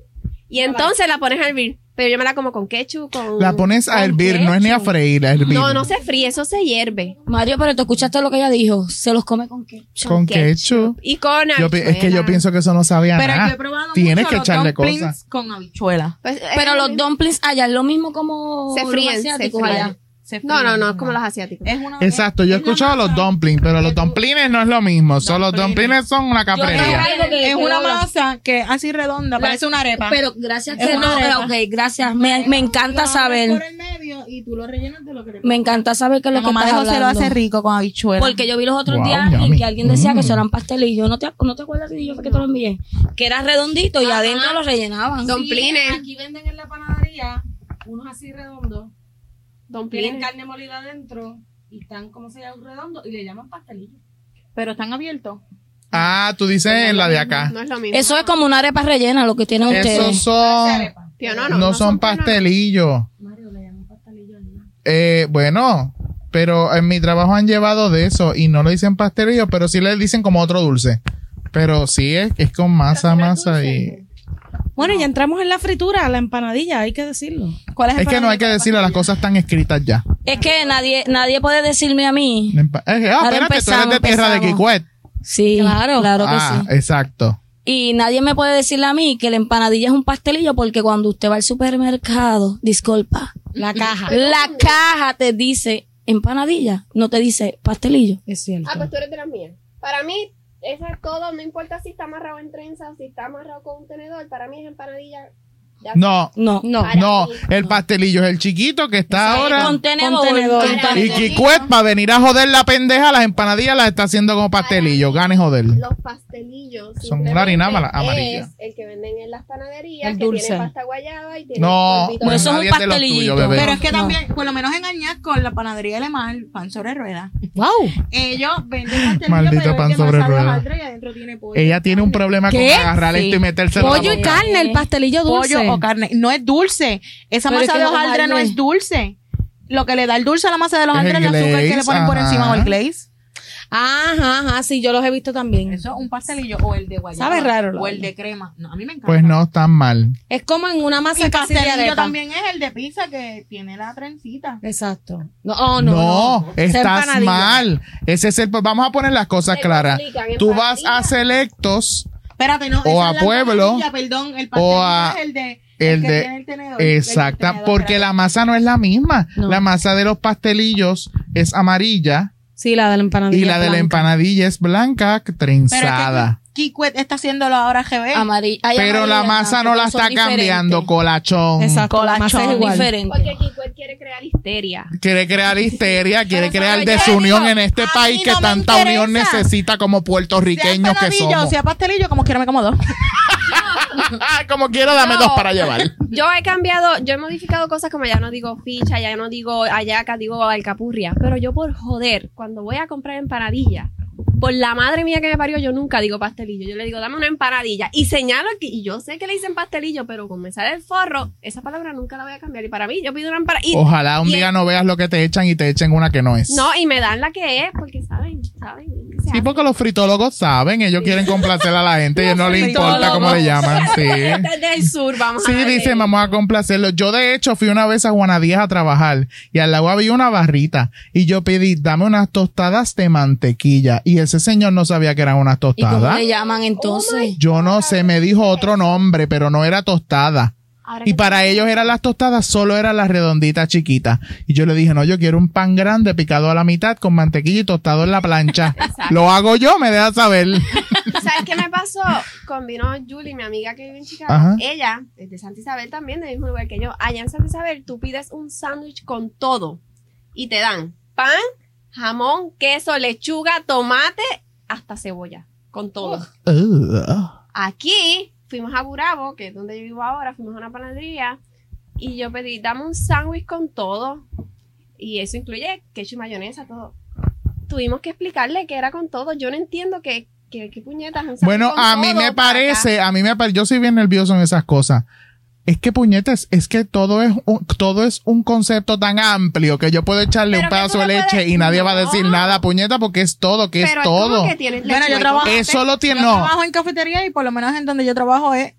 Y entonces la pones a hervir, pero yo me la como con ketchup, con
La pones
con
a hervir, no es ni a
ketchup.
freír, a hervir.
No, no se fríe, eso se hierve.
Mario, pero tú escuchaste lo que ella dijo. Se los come con qué.
Con ketchup.
Y con
Yo pi- es que yo
habichuela.
pienso que eso no sabía
Pero
nada.
yo he probado
Tienes
mucho
que
los
echarle
dumplings
cosas.
con habichuela.
Pues, es
Pero
lo
los
mismo.
dumplings allá es lo mismo como
Se
los
fríen, se
asiáticos
fríen.
allá.
Se
No, no, no, es
fríen.
como los asiáticos.
Es una-
Exacto, yo he
es una
escuchado los
masa-
dumplings, pero los dumplings no es lo mismo. Solo los dumplings son una caprería.
Es una
Lola.
masa que es así redonda, parece una arepa.
Pero gracias
Es
que
una
no,
arepa.
ok, gracias. Me, me
La
encanta
abres
saber.
Por el medio y tú lo rellenas de lo que te
Me encanta saber qué es
La
lo que
mamá de
estás
José lo
hablando.
hace rico con habichuelas.
Porque yo vi los otros
Wow,
días
yummy.
y que alguien decía
Mm.
que eso eran pasteles y yo no te, no te acuerdas si yo fue que te lo envié. Que era redondito y adentro lo rellenaban.
Domplines.
Aquí venden en la panadería unos así redondos. Tienen
Domplines.
carne molida adentro y están como se llama redondo y le llaman pastelillo.
Pero están abiertos.
Ah, tú dices en la de acá.
No es lo mismo.
Eso es como una arepa rellena lo que tienen
Esos
ustedes.
son.
Tío, no, no,
No son pastelillos.
Mario le llaman pastelillo. ¿no?
Eh, bueno, pero en mi trabajo han llevado de eso y no lo dicen pastelillo, pero sí le dicen como otro dulce. Pero sí es, es con masa, masa y...
Bueno, ya entramos en la fritura, la empanadilla, hay que decirlo.
¿Cuál es, el
Es que no hay que decirle, las cosas están escritas ya.
Es que nadie, nadie puede decirme a mí.
La empa- eh, Ah, espérate, tú
Ahora
eres de
empezamos,
tierra de
empezamos.
Quicuet.
Sí, claro, claro que
Ah,
sí.
exacto.
Y nadie me puede decirle a mí que la empanadilla es un pastelillo porque cuando usted va al supermercado, disculpa,
La caja.
la caja te dice empanadilla, no te dice pastelillo.
Es cierto.
Ah, pues tú eres de las mías. Para mí, eso es todo. No importa si está amarrado en trenza o si está amarrado con un tenedor. Para mí es empanadilla. Ya
No,
No, no.
Para
no,
mí.
el pastelillo es el chiquito que está ahora...
Contenedor.
Contenedor.
contenedor.
Y
pastelillo.
Quicuet va a venir a joder la pendeja, las empanadillas las está haciendo como pastelillo. Gane joder.
Los pastelillos.
Son
simplemente
una harina mala- amarilla.
Es el que venden en las panaderías.
El
que
dulce.
tiene pasta guayaba y tiene.
No, pues,
polvito
Por
de-
eso es un
nadie es de los
pastelillito.
tuyos, bebé.
Pero es que
No.
también, por lo menos en Añasco, la panadería alemán, pan sobre rueda.
Wow.
Ellos venden pastelillo,
Maldito
pero
pan
es de
sobre
masa
rueda.
hojaldre Y adentro tiene pollo.
Ella tiene un problema
¿Qué?
con agarrar esto y metérselo en la
Pollo y
boca.
carne, el pastelillo dulce.
Pollo o carne. No es dulce. Esa
Pero es
masa de
que no es
hojaldre no
hojaldre.
es dulce. Lo que le da el dulce a la masa de los
Es el
hojaldre es el azúcar que le
glaze,
ponen por encima o el
ajá.
glaze.
Ajá, ajá, sí, yo los he visto también.
Eso es un pastelillo o el de guayaba.
Sabe raro, la
O el
verdad.
de crema. No, a mí me encanta.
Pues no, están mal.
Es como en una
Y
masa casi de
pastelillo
arepa.
también es el de pizza que tiene la trencita.
Exacto. No, oh, no,
No,
no. Esa
estás
empanadilla.
mal. Ese es el. pues Vamos a poner las cosas
Te
claras.
complican,
Tú vas
empanadilla.
a selectos,
Espérate, no.
O
esa
a
es la
pueblo,
empanadilla, Perdón, el pastelillo
a-
es el de.
el
que
de-
tiene el tenedor, el
exacta,
tenedor,
porque la masa no es la misma.
No.
La masa de los pastelillos es amarilla
Sí, la de la empanadilla.
y la de la
blanca.
empanadilla es blanca trenzada.
Pero es que Kikwet está haciéndolo ahora GB.
Amari- hay
Pero, la
amarillas,
masa no
porque
la
son
está
diferentes.
cambiando, colachón.
Exacto, la
Colachón.
masa es igual.
Diferente.
Porque Kikuet quiere crear histeria.
Quiere crear histeria, quiere
Pero,
crear
¿sabes? Yo le
desunión
digo,
en este
a mí
país que
no me
tanta unión
interesa.
necesita como puertorriqueños
sea
que
empanadillo,
somos.
sea pastelillo, como quiera me como dos.
como quiero, dame
No.
dos para llevar.
Yo he cambiado, yo he modificado cosas como ya no digo ficha, ya no digo ayaca, digo alcapurria. Pero yo por joder, cuando voy a comprar empanadilla, por la madre mía que me parió, yo nunca digo pastelillo. Yo le digo, dame una empanadilla. Y señalo aquí, y yo sé que le dicen pastelillo, pero como me sale el forro, esa palabra nunca la voy a cambiar. Y para mí, yo pido una empanadilla.
Ojalá un
y-
día no veas lo que te echan y te echen una que no es.
No, y me dan la que es, porque saben, saben. se
Sí,
hace.
porque los fritólogos saben, ellos quieren complacer a la gente y no les importa cómo le llaman. Sí.
Desde el sur, vamos a
Sí,
ver.
eh.
dicen, vamos a complacerlos. Yo, de hecho, fui una vez a Juanadías a trabajar y al lado había una barrita y yo pedí, dame unas tostadas de mantequilla. Y ese señor no sabía que eran unas
¿Y cómo
tostadas.
le llaman entonces?
Yo no sé, me dijo otro nombre, pero no era tostada.
Ahora
Y
que-
para ellos eran las tostadas, solo eran las redonditas chiquitas. Y yo le dije, no, yo quiero un pan grande picado a la mitad con mantequilla y tostado en la plancha. Lo hago yo, me deja saber.
¿Sabes qué me pasó? Combinó Julie, mi amiga que vive en Chicago.
Ajá.
Ella, es de Santa Isabel también, del mismo lugar que yo. Allá en Santa Isabel, tú pides un sándwich con todo. Y te dan pan, jamón, queso, lechuga, tomate, hasta cebolla. Con todo.
Ugh.
Aquí fuimos a Burabo, que es donde yo vivo ahora, fuimos a una panadería. Y yo pedí, dame un sándwich con todo. Y eso incluye ketchup, mayonesa, todo. Tuvimos que explicarle que era con todo. Yo no entiendo que, que, que puñetas. un sándwich
Bueno,
con
a mí
todo
me
para acá.
parece, a mí me parece, yo soy bien nervioso en esas cosas. Es que puñetas, es que todo es un, todo es un concepto tan amplio que yo puedo echarle
Pero
un
que
pedazo
tú
de
no
leche
puedes-
y nadie va a
no.
decir nada, puñeta, porque es todo, que
Pero
es
como
todo.
que tienes
Bueno,
lechuga
yo
y
trabajo-
tomate.
Eso lo tiene,
Yo
no.
trabajo en cafetería y por lo menos en donde yo trabajo es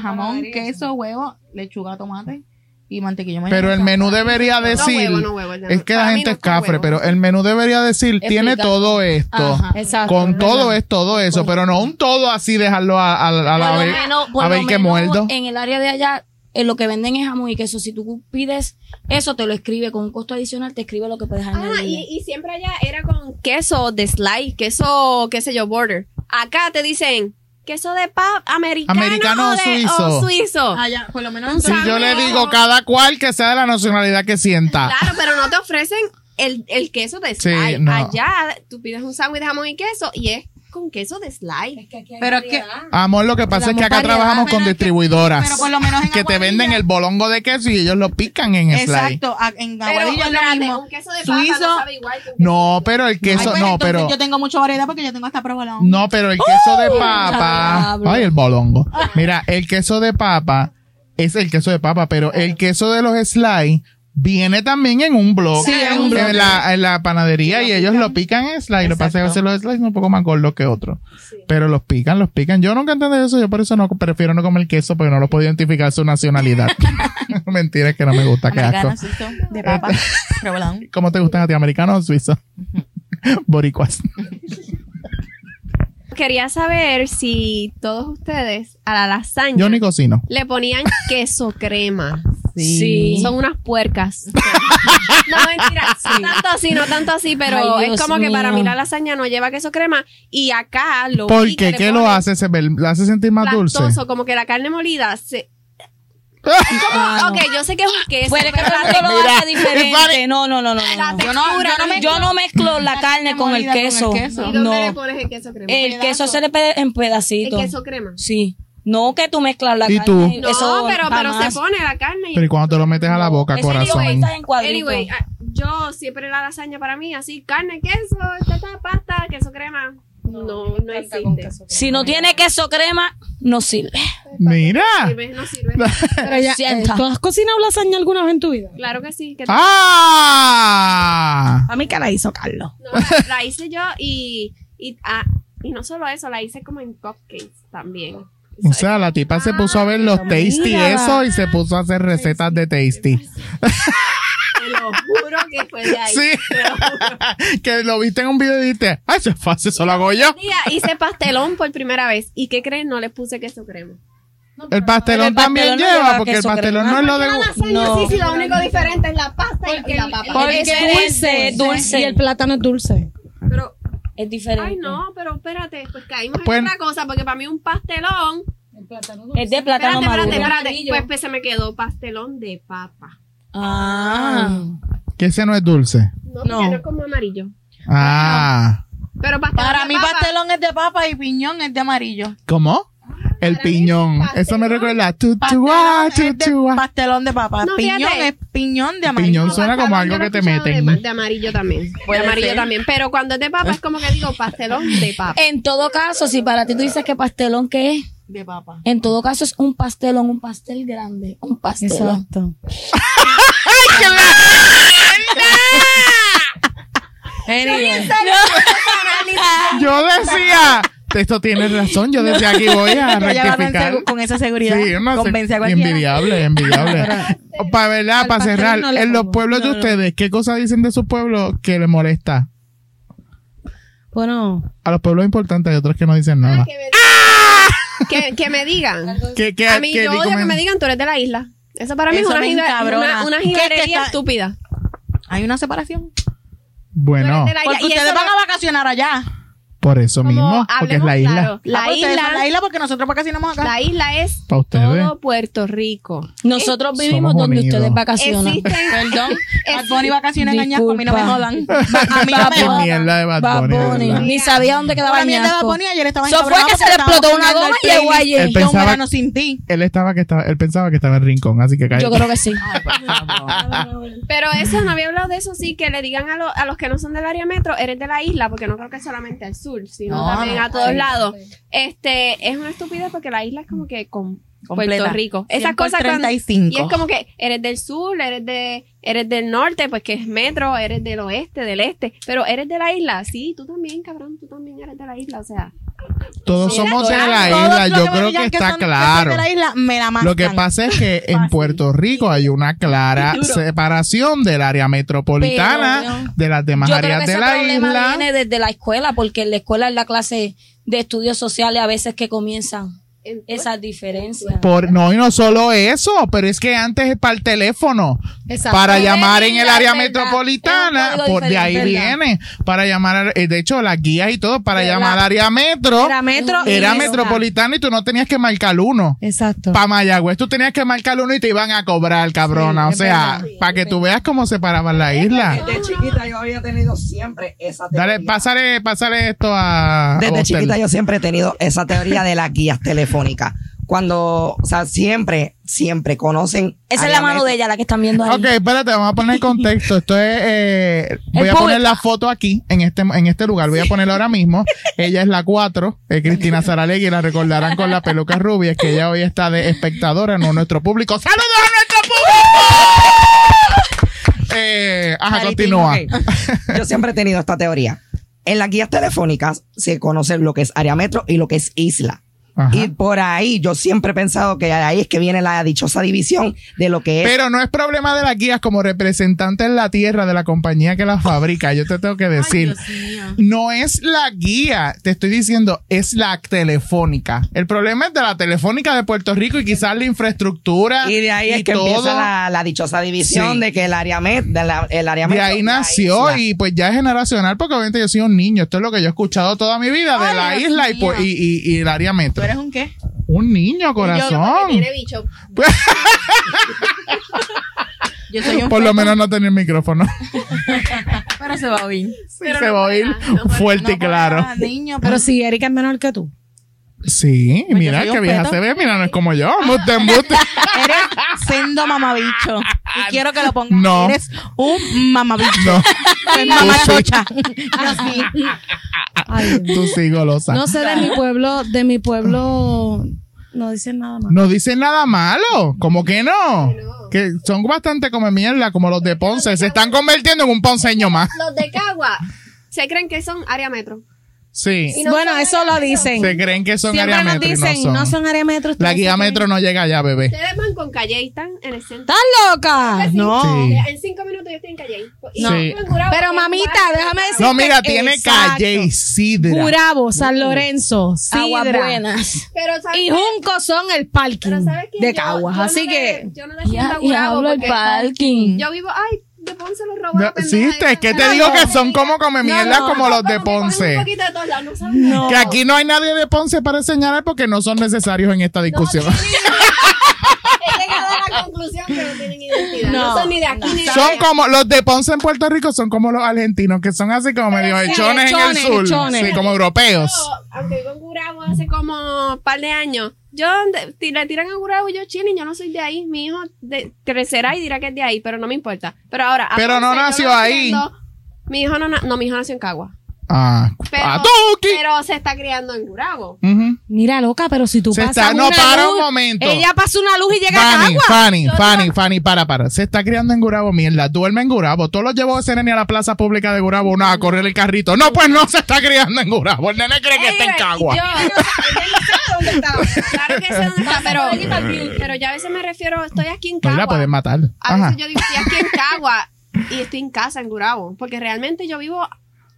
jamón, queso, huevo, lechuga, tomate y mantequilla.
Pero el
mayonesa.
menú debería
No
decir,
huevo, no huevo, ya no.
es que la
Para mí
gente
no
es cafre,
huevo.
pero el menú debería decir, tiene
Explica.
todo esto.
Ajá.
Exacto.
Con
es
todo
verdad.
es todo eso, pero no un todo así dejarlo a, a- a la
Oh Por lo
vez.
menos- por
a
lo
ver qué
menos
muerdo.
En el área de allá, eh, lo que venden es jamón y queso. Si tú pides eso, te lo escribe con un costo adicional, te escribe lo que puedes
Ah,
añadir.
y, y siempre allá era con queso de slice, queso, qué sé yo, border. Acá te dicen queso de pap americano,
Americano o
o, de-
suizo.
o suizo.
Allá, Ah, por lo menos
Un
en
Si
sándwich.
yo le digo cada cual que sea de la nacionalidad que sienta.
Claro, pero no te ofrecen el, el queso de
Ah. Sí,
slide.
no.
Allá tú pides un sándwich de jamón y queso y es con queso de slide.
Pero es que,
Amor, lo que pasa es que acá
variedad,
trabajamos
pero
con
es que-
distribuidoras.
pero por lo menos en
que te
Aguadilla-
venden el bolongo de queso y ellos lo pican en slide.
exacto, a- en Aguadilla es lo
espérate,
mismo.
un queso de papa
Suizo,
no sabe igual que un
No, pero el
Ay,
queso,
pues,
no,
entonces
pero.
Yo tengo mucha variedad porque yo tengo hasta provolón.
No, pero el queso
¡Oh!
de papa.
diablo.
Ay, el bolongo. Mira, el queso de papa es el queso de papa, pero el queso de los slides viene también en un blog.
Sí, en un bloque.
En la, en la panadería y ellos lo pican en slides. Lo que pasa es que a veces los slides son un poco más gordos que otros. Pero los pican, los pican. Yo nunca entendí eso. Yo por eso no prefiero no comer queso porque no los puedo identificar su nacionalidad. Mentira, es que no me gusta, qué asco.
Americano, suizo, de papa,
Este-
provolón.
¿Cómo te gustan a ti, americanos o suizos? Boricuas.
Quería saber si todos ustedes a la lasaña
Yo ni cocino.
le ponían queso crema.
Sí.
Son unas puercas. no, mentira. No tanto así, no tanto así, pero
Ay,
es
Dios
como que para
mío.
mí la lasaña no lleva queso crema. Y acá lo
¿Por
vi que
qué?
le
¿Qué lo
ponen
hace? ¿Se ve- ¿Lo hace sentir más
lactoso,
dulce?
como que la carne molida se... Como-
Ah, no.
ok, yo sé que es un queso.
Puede que
pero la-
pronto lo hace
pare-
diferente. No, no, no, no.
la
no, no.
textura,
yo no me-
Yo no mezclo la carne con el
molida con el
queso.
queso.
¿Y dónde le
No.
pones el queso crema?
El queso se le pide en
El
pedacitos.
queso crema.
Sí. No que tú mezclas la
¿Y
carne.
tú?
No,
Eso
pero, pero se
jamás.
pone la carne y
Pero ¿y cuando te lo metes a la boca,
Eso anyway,
corazón?
está en cuadritos.
Anyway, ah, yo siempre la lasaña para mí, así, carne, queso, ta, ta, pasta, queso crema. No, no, existe.
Si no tiene queso crema, no sirve.
Mira.
Sirve, no sirve.
Pero ya, eh,
Sienta.
¿tú has cocinado lasaña alguna vez en tu vida?
Claro que sí. Que
¡Ah!
A mí que la hizo Carlos.
no, la, la hice yo y, y, ah, y no solo eso, la hice como en cupcakes también.
O sea, la tipa se puso a ver los tasty eso y se puso a hacer recetas de tasty.
Te lo juro que fue de ahí.
Sí. que lo viste en un video y dijiste, ay, eso es fácil, eso lo hago yo.
Un día hice pastelón por primera vez. ¿Y qué creen? No le puse queso crema.
El pastelón
El pastelón
también
no
lleva,
lleva
porque el
queso
pastelón no
crema.
es lo de...
No.
Sí, sí, lo único diferente es la pasta y la papa.
Porque
es dulce, dulce. Y el plátano es dulce.
Pero
Es diferente.
Ay, no, pero espérate, pues caímos
Pues-
en otra cosa, porque para mí un pastelón.
Es de
Espérate,
plátano
espérate,
maduro.
espérate. Pues, pues, se me quedó pastelón de papa.
Ah.
Que ese no es dulce.
No, porque no es como amarillo.
Ah.
Pero pastelón
Para
de
mí
papa,
pastelón es de papa y piñón es de amarillo.
¿Cómo? El
Para mí es
piñón.
pastelón.
Eso me recuerda. Tu, tu,
Pastelón,
guá, tu,
es de-
tu, guá.
pastelón de papa.
No,
piñón
fíjate.
es piñón de amarillo.
Piñón suena como
pastelón,
algo
yo lo
que
he
te
escuchado de
meten.
ma- De, amarillo también. De amarillo también. Pero cuando es de papa, es como que digo pastelón de
Eh,
papa.
En todo caso, si para ti tú dices que pastelón que es,
De papa.
en todo caso es un pastelón, un pastel grande, un pastelón.
Exacto. Anyway.
Yo decía, esto tienes razón, yo decía aquí voy a
Pero ya va con
rectificar.
segu- con esa seguridad.
Sí, no sé.
Convence a cualquiera.
Envidiable, envidiable. Para verdad, para
pastel
cerrar,
no le
en los
pongo.
pueblos de ustedes, ¿qué cosa dicen de sus pueblos que les molesta?
Bueno,
A los pueblos importantes hay otros que no dicen nada.
Que, que me digan.
¿Qué, qué,
A mí
qué-
yo
di-
odio que
comen-
me digan, tú eres de la isla. Eso para mí
Eso
es una,
me
jibe-
encabrona.
una, una
¿Qué es que
jiberería
está-
estúpida.
Hay una separación.
Tú
Bueno,
eres de la isla.
Porque
y
ustedes
eso
van
no-
a vacacionar allá.
por eso
como
mismo, porque es
hablemos
la isla.
claro,
Ah,
La
pues ustedes
isla
son La isla porque nosotros vacacionamos acá.
La isla es
Pa' ustedes.
todo Puerto Rico.
Nosotros
Eh,
vivimos
somos
donde
unidos.
ustedes vacacionan.
Existen-
Perdón. Bad Bunny vacaciona en Añasco. A mí no me
Disculpa.
jodan. A mí no
Papi,
me jodan.
mierda de Bad
Bad
Bunny, de
Bunny.
verdad.
Ni sabía dónde quedaba
Una mierda de
Añasco.
Bad Bunny, ayer estaba
Eso fue
encabronada
que se
porque
le
estábamos
explotó una
poniendo
goma
el
y llegó
playlist.
ayer.
Él
Yo
pensaba-
un verano sin ti.
Él estaba que estaba, él pensaba que estaba en rincón, así que
Yo
cállate.
creo que sí.
Pero eso, no había hablado de eso, sí, que le digan a, lo- a los que no son del área metro, eres de la isla, porque no creo que solamente al sur, sino
No,
también
no,
a todos
sí.
lados. Este, es una estupidez porque la isla es como que con
Completa.
Puerto Rico.
Cien
Esas
por
cosas cuando-
35.
Y es como que eres del sur, eres de eres del norte, pues que es metro, eres del oeste, del este, pero eres de la isla, sí, tú también, cabrón, tú también eres de la isla, o sea,
Todos
Mira,
somos de
todos
la
Todos
isla,
los
yo
me
creo
digan
que está
son-
claro.
son de la isla me la
Lo que
mascan.
pasa es que en Puerto Rico hay una clara separación del área metropolitana
Pero, no.
de las demás
Yo creo
áreas
que
de
ese
la
problema
isla.
viene desde la escuela, porque en la escuela es la clase de estudios sociales a veces que comienzan.
en tu-
esas diferencias.
Por, no, y no solo eso, pero es que antes para el teléfono,
Exacto.
para llamar en
Venga,
el área
es verdad.
metropolitana,
Es un código
por, de ahí
diferente, ¿verdad?
viene, para llamar, al- eh, de hecho, las guías y todo, para
Era-
llamar al área metro,
Era metro. y
era
esa.
metropolitana y tú no tenías que marcar uno.
Exacto.
Para Mayagüez tú tenías que marcar uno y te iban a cobrar, cabrona.
Sí,
o
es
sea,
verdad.
para que tú veas cómo separaban la isla.
Desde chiquita yo había tenido siempre esa teoría.
Ah. Dale, Ah, pásale, pásale esto a. a
Desde
Buster.
chiquita yo siempre he tenido esa teoría de las guías telefónicas. Cuando, o sea, siempre, siempre conocen.
Esa es
a
la mano
meta.
de ella, la que están viendo ahí.
Ok, espérate, vamos a poner en contexto. Esto es. eh, voy a
público.
poner la foto aquí, en este, en este lugar. Voy a ponerla ahora mismo. Ella es la 4, eh, Cristina Saralegui. La recordarán con la peluca rubia, que ella hoy está de espectadora, no nuestro público. ¡Saludos a nuestro público! Eh, ajá, continúa.
Ok. Yo siempre he tenido esta teoría. En las guías telefónicas se conoce lo que es área metro y lo que es isla.
Ajá.
Y por ahí yo siempre he pensado que ahí es que viene la dichosa división de lo que es.
Pero no es problema de las guías como representante en la tierra de la compañía que las fabrica. Yo te tengo que decir. no es la guía, te estoy diciendo, es la telefónica. El problema es de la telefónica de Puerto Rico y quizás la infraestructura.
y de ahí es que empieza la, la dichosa división
Sí.
de que el área metro, el área
De
metro
ahí
y la
nació
isla.
y pues ya es generacional porque obviamente yo soy un niño. Esto es lo que yo he escuchado toda mi vida de
Ay,
la
Dios
isla y, pues-
mío.
y, y- y el área
¿Tú
metro.
eres un qué?
Un niño,
Porque
corazón.
tiene bicho.
Yo soy un
Por lo
feto,
menos no tener micrófono.
Pero se va a oír.
Pero
Se
no
va a oír
fuera, no fuera.
fuerte y
No,
claro.
para Niño,
Pero si Erika es menor que tú.
Sí,
Porque
mira
soy un
que vieja
feto.
se ve, mira, no es como yo. Embuste, embuste.
Eres sendo mamabicho. Y quiero que lo pongas.
No.
Eres un mamabicho.
No,
Pues mamachocha. Yo sí.
Ay, Dios.
tú sí, golosa.
no sé de mi pueblo, de mi pueblo no dicen nada más.
No dicen nada malo. como que no? Que son bastante como mierda, como los de Ponce. Se están convirtiendo en un ponceño más.
Los de Cagua se creen que son área metro.
Sí.
Y no
bueno,
son
eso
área
lo
metro.
dicen.
Se creen que son
Siempre
área
nos
metro y
dicen, no son área metro.
La
ustedes
guía
se creen-
metro no llega allá, bebé.
Ustedes van con Calle y están en el centro. Eh,
¿Estás loca?
No. Sí.
En cinco minutos yo estoy en Calle.
No. Sí.
Pero mamita, déjame decirte.
No, mira, tiene
Exacto.
calle y sidra.
Gurabo, San Lorenzo,
Aguas
Sidra
buenas.
Pero ¿sabes
y
qué?
Junco son el parking
Pero ¿sabes qué?
de
Yo-
Caguas.
yo no
así
le-
que
yo no le siento
Ya,
a
y
Gurabo
hablo el
porque
parking.
Yo vivo, ay, de Ponce los roban.
No, sí, te- es que te digo que son como come mierda como los de Ponce.
No.
Que aquí no hay nadie de Ponce para señalar porque no son necesarios en esta discusión.
He llegado a la conclusión que no tienen identidad. No, son ni de aquí ni de
Son
allá.
como los de Ponce en Puerto Rico, son como los argentinos, que son así como medio hechones en el
hechones,
sur.
hechones.
Sí, como europeos.
Yo, Aunque vivo en Gurabo hace como un par de años. Yo de- ti- le tiran a Gurabo y yo chile, yo no soy de ahí. Mi hijo de- crecerá y dirá que es de ahí, pero no me importa. Pero ahora. a
Pero no
Ponce, yo
nació
lo
ahí.
entiendo. Mi hijo no, na- no, mi hijo nació en Cagua.
Ah,
Pero,
a Tuki.
pero se está criando en Gurabo.
Ujú.
mira loca, pero si tú
Se
pasas
está- no,
una
para
luz,
un momento.
Ella pasa una luz y llega a
Fanny,
Caguas.
Fanny, Fanny, Fanny, para, para. Se está criando en Gurabo, mierda. Duerme en Gurabo. Todos los llevó ese nene a la plaza pública de Gurabo no, a correr el carrito. No, pues no se está criando en Gurabo. El nene cree que está en
Anyway,
Cagua.
Yo, yo no sé dónde está. Claro que sé dónde está, pero, pero yo a veces me refiero, estoy aquí en
Pues la
Cagua.
pueden matar.
A
Ajá.
veces yo digo, estoy aquí en Cagua y estoy en casa en Gurabo, porque realmente yo vivo,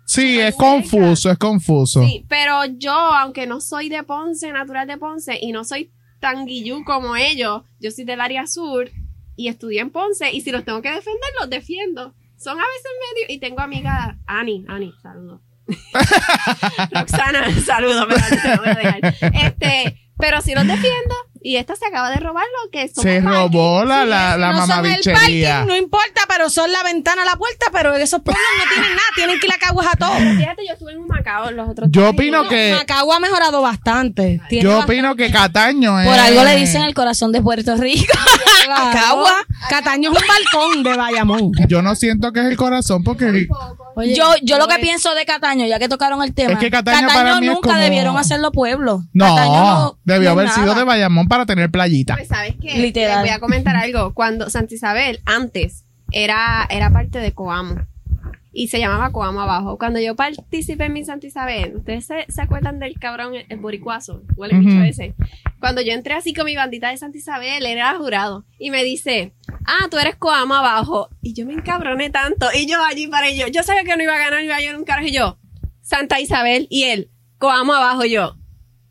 Sí, es confuso, es confuso.
sí, pero yo, aunque no soy de Ponce, natural de Ponce, y no soy tan guillú como ellos, yo soy del área sur y estudié en Ponce, y si los tengo que defender, los defiendo. Son a veces medio, y tengo amiga, Ani, Ani, saludos. Roxana, saludos, pero no te lo voy a dejar. Este, pero si los defiendo, y esta se acaba de robar lo que somos
Se
parking.
robó la, la, la
no son el
mamabichería.
parking, no importa, pero son la ventana, la puerta, pero esos pueblos no tienen nada, tienen que ir a Caguas a todo.
Fíjate, yo estuve en Humacao los otros
Yo
días.
opino que,
Macagua ha mejorado bastante. Tiene
yo
bastante-
opino que Cataño es.
Por algo le
Eh.
dicen el corazón de Puerto Rico.
Claro. Cataño es un balcón de Bayamón.
Yo no siento que es el corazón porque el-
Oye,
yo yo lo que pienso de Cataño, ya que tocaron el tema.
Es que Cataño para mí es
nunca
como-
debieron hacerlo pueblo.
no,
Cataño
debió
no
haber
es
sido
nada.
de Bayamón para tener playita.
Pues sabes que
Literal.
voy a comentar algo. Cuando Santa Isabel antes era, era parte de Coamo y se llamaba Coamo Abajo. Cuando yo participé en mi Santa Isabel, ¿ustedes se, se acuerdan del cabrón, el, el boricuazo? Huele bicho
Ujú.
ese. Cuando yo entré así con mi bandita de Santa Isabel, él era jurado y me dice, ah, tú eres Coamo Abajo. Y yo me encabroné tanto. Y yo allí para ello, yo sabía que no iba a ganar, iba a llegar un carajo y yo, Santa Isabel y él, Coamo Abajo y yo.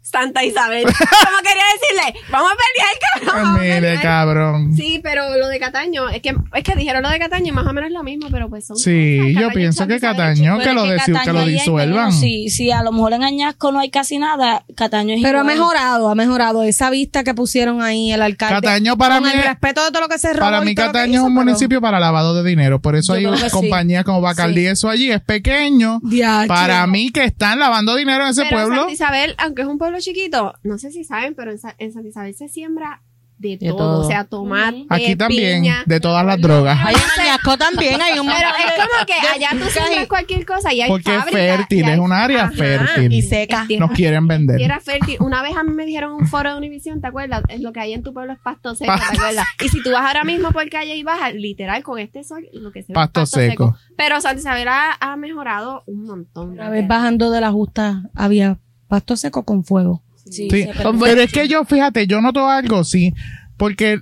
Santa Isabel. Como quería decirle, vamos a pelear, cabrón. vamos a
Mire,
pelear.
cabrón.
Sí, pero lo de Cataño, es que, es que dijeron lo de Cataño y más o menos lo mismo, pero pues son.
Sí,
cosas.
yo pienso
Santa
que
Isabel es
Cataño,
Pero
que
es
lo, disu- que
Cataño
lo
ahí es
disuelvan.
menos, Sí, sí, a lo mejor en Añasco no hay casi nada, Cataño es
Pero ha
igual.
mejorado, ha mejorado. Esa vista que pusieron ahí el alcalde.
Cataño para
con
mí
el
es-
respeto de todo lo que se robó.
Para
y
mí
todo lo que
Cataño
hizo,
es un
pero-
municipio para lavado de dinero, por eso
Yo
hay
creo que sí.
compañías como Bacardí, eso allí es pequeño.
Diache.
Para mí que están lavando dinero en ese
Pero
pueblo.
Santa Isabel, aunque es un pueblo chiquito, no sé si saben, pero en, Sa- en Santa Isabel se siembra de, todo,
todo.
o sea, tomate,
Aquí también,
piña.
de todas las drogas.
Hay en Añasco también, hay un
Pero es como que allá tú siembras cualquier cosa y hay
Porque es
fábrica, y
fértil,
hay-
es un área
Ajá.
fértil.
Y seca.
Tierra-
Nos quieren vender.
Tierra fértil. Una vez a mí me dijeron en un foro de Univisión, ¿te acuerdas? Es lo que hay en tu pueblo es pasto seco,
Pasto
¿te acuerdas? Y si tú vas ahora mismo por calle y bajas, literal, con este sol, lo que se ve es
Pasto seco.
Pero Santa Isabel ha, ha mejorado un montón.
Una vez bajando de la justa había pasto seco con fuego.
Sí, Pero es que yo, fíjate, yo noto algo, sí, porque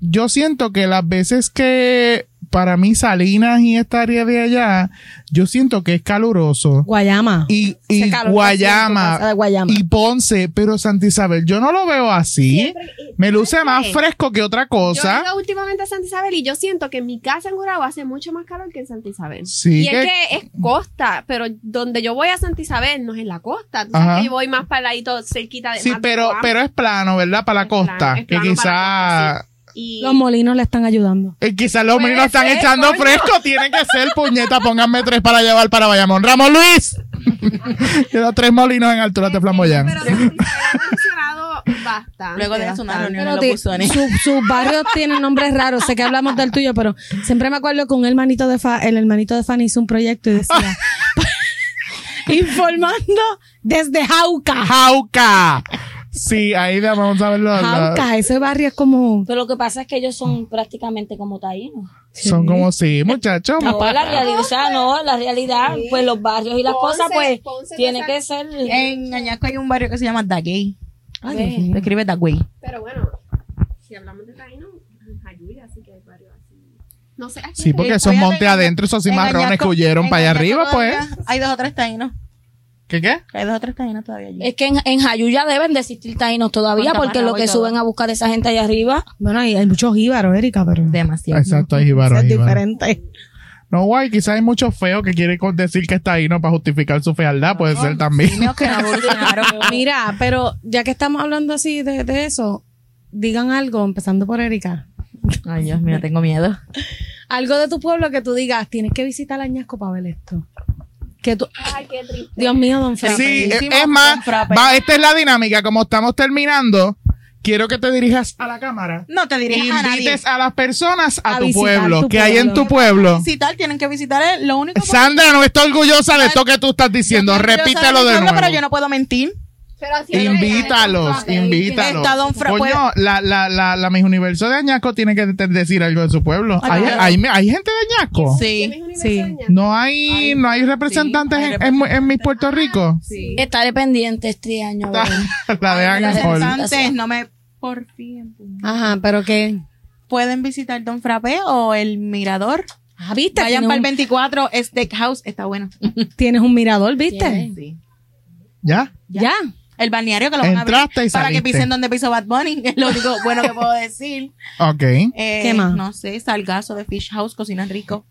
yo siento que las veces que para mí Salinas y esta área de allá, yo siento que es caluroso.
Guayama.
Y, y
Ese calor que siento pasa
Guayama,
de Guayama.
y Ponce, pero Santa Isabel, yo no lo veo así.
Siempre- y-
Me luce
¿sabes
más
qué?
fresco que otra
Yo he
cosa.
ido últimamente a Santa Isabel y yo siento que en mi casa en Gurabo hace mucho más calor que en Santa Isabel.
Sí,
y es
que-
que es costa, pero donde yo voy a Santa Isabel no es en la costa. Tú
Ajá.
sabes que yo voy más para el ladito cerquita de
Sí,
más de
pero,
Guam.
pero es plano, ¿verdad? Para la
Es plano,
costa.
es
que
plano para la
quizá,
costa, Y-
Los molinos le están ayudando.
eh, quizás los
Puede
meninos están
ser,
echando
coño.
fresco. Tienen que ser puñeta. Pónganme tres para llevar para Bayamón. Ramón Luis. Quedan tres molinos en altura de Flamboyán.
Pero Santa Isabel ha evolucionado bastante.
Luego de eso, una
bastante.
reunión en
Pero
los
ti-
buzones.
su- sus barrios tienen nombres raros. Sé que hablamos del tuyo, pero siempre me acuerdo que un hermanito de Fa, el hermanito de Fanny hizo un proyecto y decía informando desde Jauca.
Jauca. Sí, ahí vamos a verlo.
Jauca, ese barrio es como
Pero lo que pasa es que ellos son prácticamente como taínos.
Son como, sí, muchachos.
No, la realidad, o sea, no, la realidad, pues los barrios y las
Ponce-
cosas, pues,
Ponce
tiene
te
que ser.
En Añasco hay un barrio que se llama Dagay. Se escribe Dagay.
Pero bueno, si hablamos de Taino, Ayuya, así que hay varios así. No sé, aquí
Sí, porque esos
Fíjate,
montes
en-
adentro, esos
en
cimarrones
Añasco-
que huyeron
en
para allá
Añasco
arriba, pues.
todavía Hay dos o tres taínos.
¿Qué qué?
Hay dos o tres taínos todavía allí.
Es que en, en Jayuya deben de existir taínos todavía,
Con
porque lo
taparrabos y
que
todo.
suben a buscar esa gente allá arriba.
Bueno, hay, hay muchos jíbaros, Erika, pero
Demasiado.
Exacto, ahí jibaron,
es
jibaron.
diferente.
No, guay, quizás hay muchos feos que quieren con- decir que está ahí, ¿no? Para justificar su fealdad, puede ser también.
Niños que no evolucionaron.
Mira, pero ya que estamos hablando así de, de eso, digan algo, empezando por Erika.
Ay, Dios mío, tengo miedo.
Algo de tu pueblo que tú digas, tienes que visitar Añasco para ver esto. Que tú,
Ay, qué triste.
Dios mío, don Fran.
Sí, eh. es,
Frappellísimo,
es más,
con frappe.
va, esta es la dinámica. Como estamos terminando, quiero que te dirijas a la cámara.
No te
Y
diriges a nadie.
invites a las personas a,
A
tu
visitar
pueblo,
tu
que hay en
pueblo.
tu pueblo.
Visitar, tienen que visitar eh, lo único que-
Sandra no está orgullosa de esto que tú estás diciendo.
Yo quiero
Repítelo
saber mi
de
pueblo,
nuevo.
Pero yo no puedo mentir.
Pero si
Invítalos, invítalos.
Está Don Fra-
Coño, la, la, la, la Miss Universo de Añasco tiene que te- decir algo de su pueblo.
Ah,
¿Hay,
claro.
hay, hay gente de Añasco?
Sí.
Sí.
No hay, no hay representantes
hay
en- en, en Miss Puerto Rico.
Estaré pendiente este año. a ver.
la de Angol.
Antes, no me... Por fin.
Ajá, pero que.
Pueden visitar Don Frappé o El Mirador.
Ah, viste,
Vayan para el
tienes,
24 Steakhouse. Está bueno.
un, tienes un mirador, viste.
Sí.
¿Ya?
Ya.
El balneario que lo van
Entraste y
a abrir para que
saliste.
pisen donde pisó Bad Bunny. Es lo único bueno que puedo decir.
Ok.
Eh,
¿Qué más?
No sé, salgazo de Fish House, cocinan rico.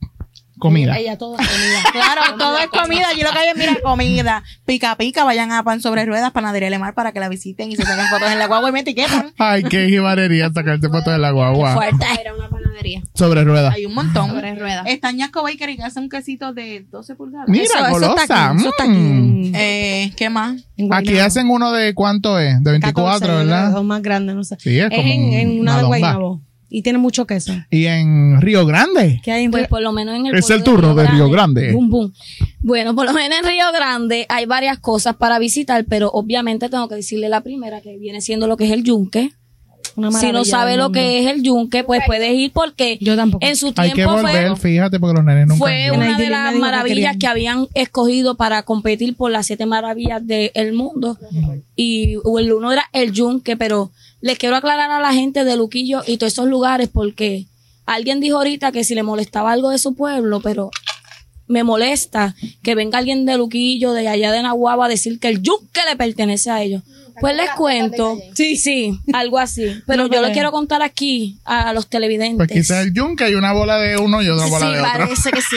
Comida.
Ella todo comida.
Claro, todo es comida. Yo lo que hay es, mira, comida. Pica pica, vayan a Pan Sobre Ruedas, Panadería Lemar para que la visiten y se saquen fotos en la guagua y me etiquetan.
Ay, qué jibarería sacarte fotos de la guagua.
Fuerte.
Era una panadería.
Sobre ruedas.
Hay un montón.
Sobre ruedas.
Está Ñasco Bakery que hace un quesito de 12 pulgadas.
Mira,
eso, eso
golosa.
está aquí. Eso está aquí.
Mm.
en-
Eh, ¿Qué más?
en
Aquí
Guaynabo.
hacen uno de cuánto es, de 24,
14,
¿verdad?
o más grande, no sé.
Sí, es
es
como
en, en
una
una, de
lomba.
Guaynabo. Y tiene mucho queso.
Y en Río Grande.
¿Qué hay en
Pues por lo menos en el.
Es el
pueblo
turno de Río Grande.
Bum, bum. Bueno, por lo menos en Río Grande hay varias cosas para visitar, pero obviamente tengo que decirle la primera, que viene siendo lo que es el yunque.
Una
Si
maravilla
no sabe
del
lo
mundo.
que es el yunque, pues puedes ir porque
Yo tampoco.
en su
Hay que
tiempo
volver,
fue,
fíjate, porque los nenes nunca. han
fue
ido.
Nadie-
una de
nadie
las
dijo que
maravillas
querían.
que habían escogido para competir por las siete maravillas del mundo. Y el uno era el yunque, pero les quiero aclarar a la gente de Luquillo y todos esos lugares porque alguien dijo ahorita que si le molestaba algo de su pueblo, pero me molesta que venga alguien de Luquillo, de allá de Nahuaba, a decir que el yunque le pertenece a ellos. Pues les cuento. Sí, sí, algo así. Pero yo le quiero contar aquí a los televidentes.
Pues quizás el yunque hay una bola de uno y otra
Sí,
bola de otro.
parece que sí.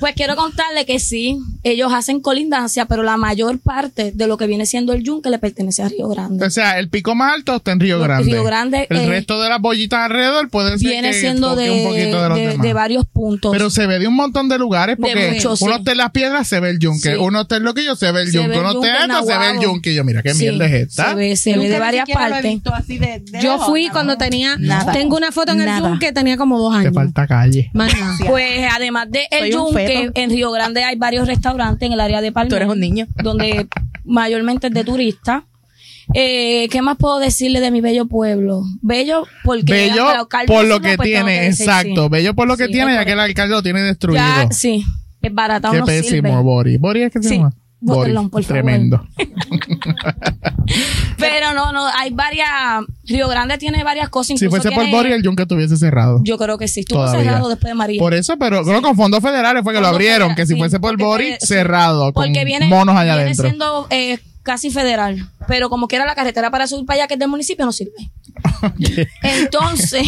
Pues quiero contarle que sí, ellos hacen colindancia, pero la mayor parte de lo que viene siendo el yunque le pertenece a Río Grande.
O sea, el pico más alto está en Río
Lo-
Grande.
Río Grande,
El
eh,
resto de las bollitas alrededor puede ser
Viene
que
siendo
toque
de,
un poquito de los
de-
demás.
de varios puntos.
Pero se ve de un montón de lugares porque
muchos,
uno
sí.
está en las piedras, se ve el yunque.
Sí.
Uno está en loquillo, se ve el
Se
yunque.
ve el
Uno está
yunque
en
en
esto, se ve el
Nahuabo.
yunque. Y yo, mira qué
Sí,
mierda es esta.
Se ve, se ve de varias partes.
Yo fui cuando tenía. Tengo una foto en el
Nada.
Zoom que tenía como dos
Te
años.
falta calle.
Más nada.
Pues además de
Soy
el
un
yunque,
feto.
en Río Grande hay varios restaurantes en el área de Palma.
Tú eres un niño.
Donde mayormente es de turistas. Eh, ¿Qué más puedo decirle de mi bello pueblo? Bello porque...
bello
aunque el alcalde
por lo
suma,
que
pues, tengo
tiene,
decir,
exacto.
sí.
Bello por lo que
Sí,
tiene,
es
ya que el alcalde lo tiene destruido.
Ya, sí. Es barato,
qué
no
pésimo,
sirve.
Bori. Bori es que se
Sí.
llama. Bori,
Bótenlo, por favor.
tremendo.
Pero no, no, hay varias... Río Grande tiene varias cosas.
Si
incluso
fuese por
tiene-
Bori, el yunque estuviese cerrado.
Yo creo que sí. Estuvo
Todavía.
cerrado después de María.
Por eso, pero creo que con fondos federales fue que lo
Fondos
abrieron,
federales,
que si
sí,
fuese por
porque
Bori,
fue- sí.
cerrado, con
Porque viene,
monos allá
viene
adentro.
siendo eh, casi federal, pero como quiera la carretera para subir para allá que es del municipio no sirve. Entonces,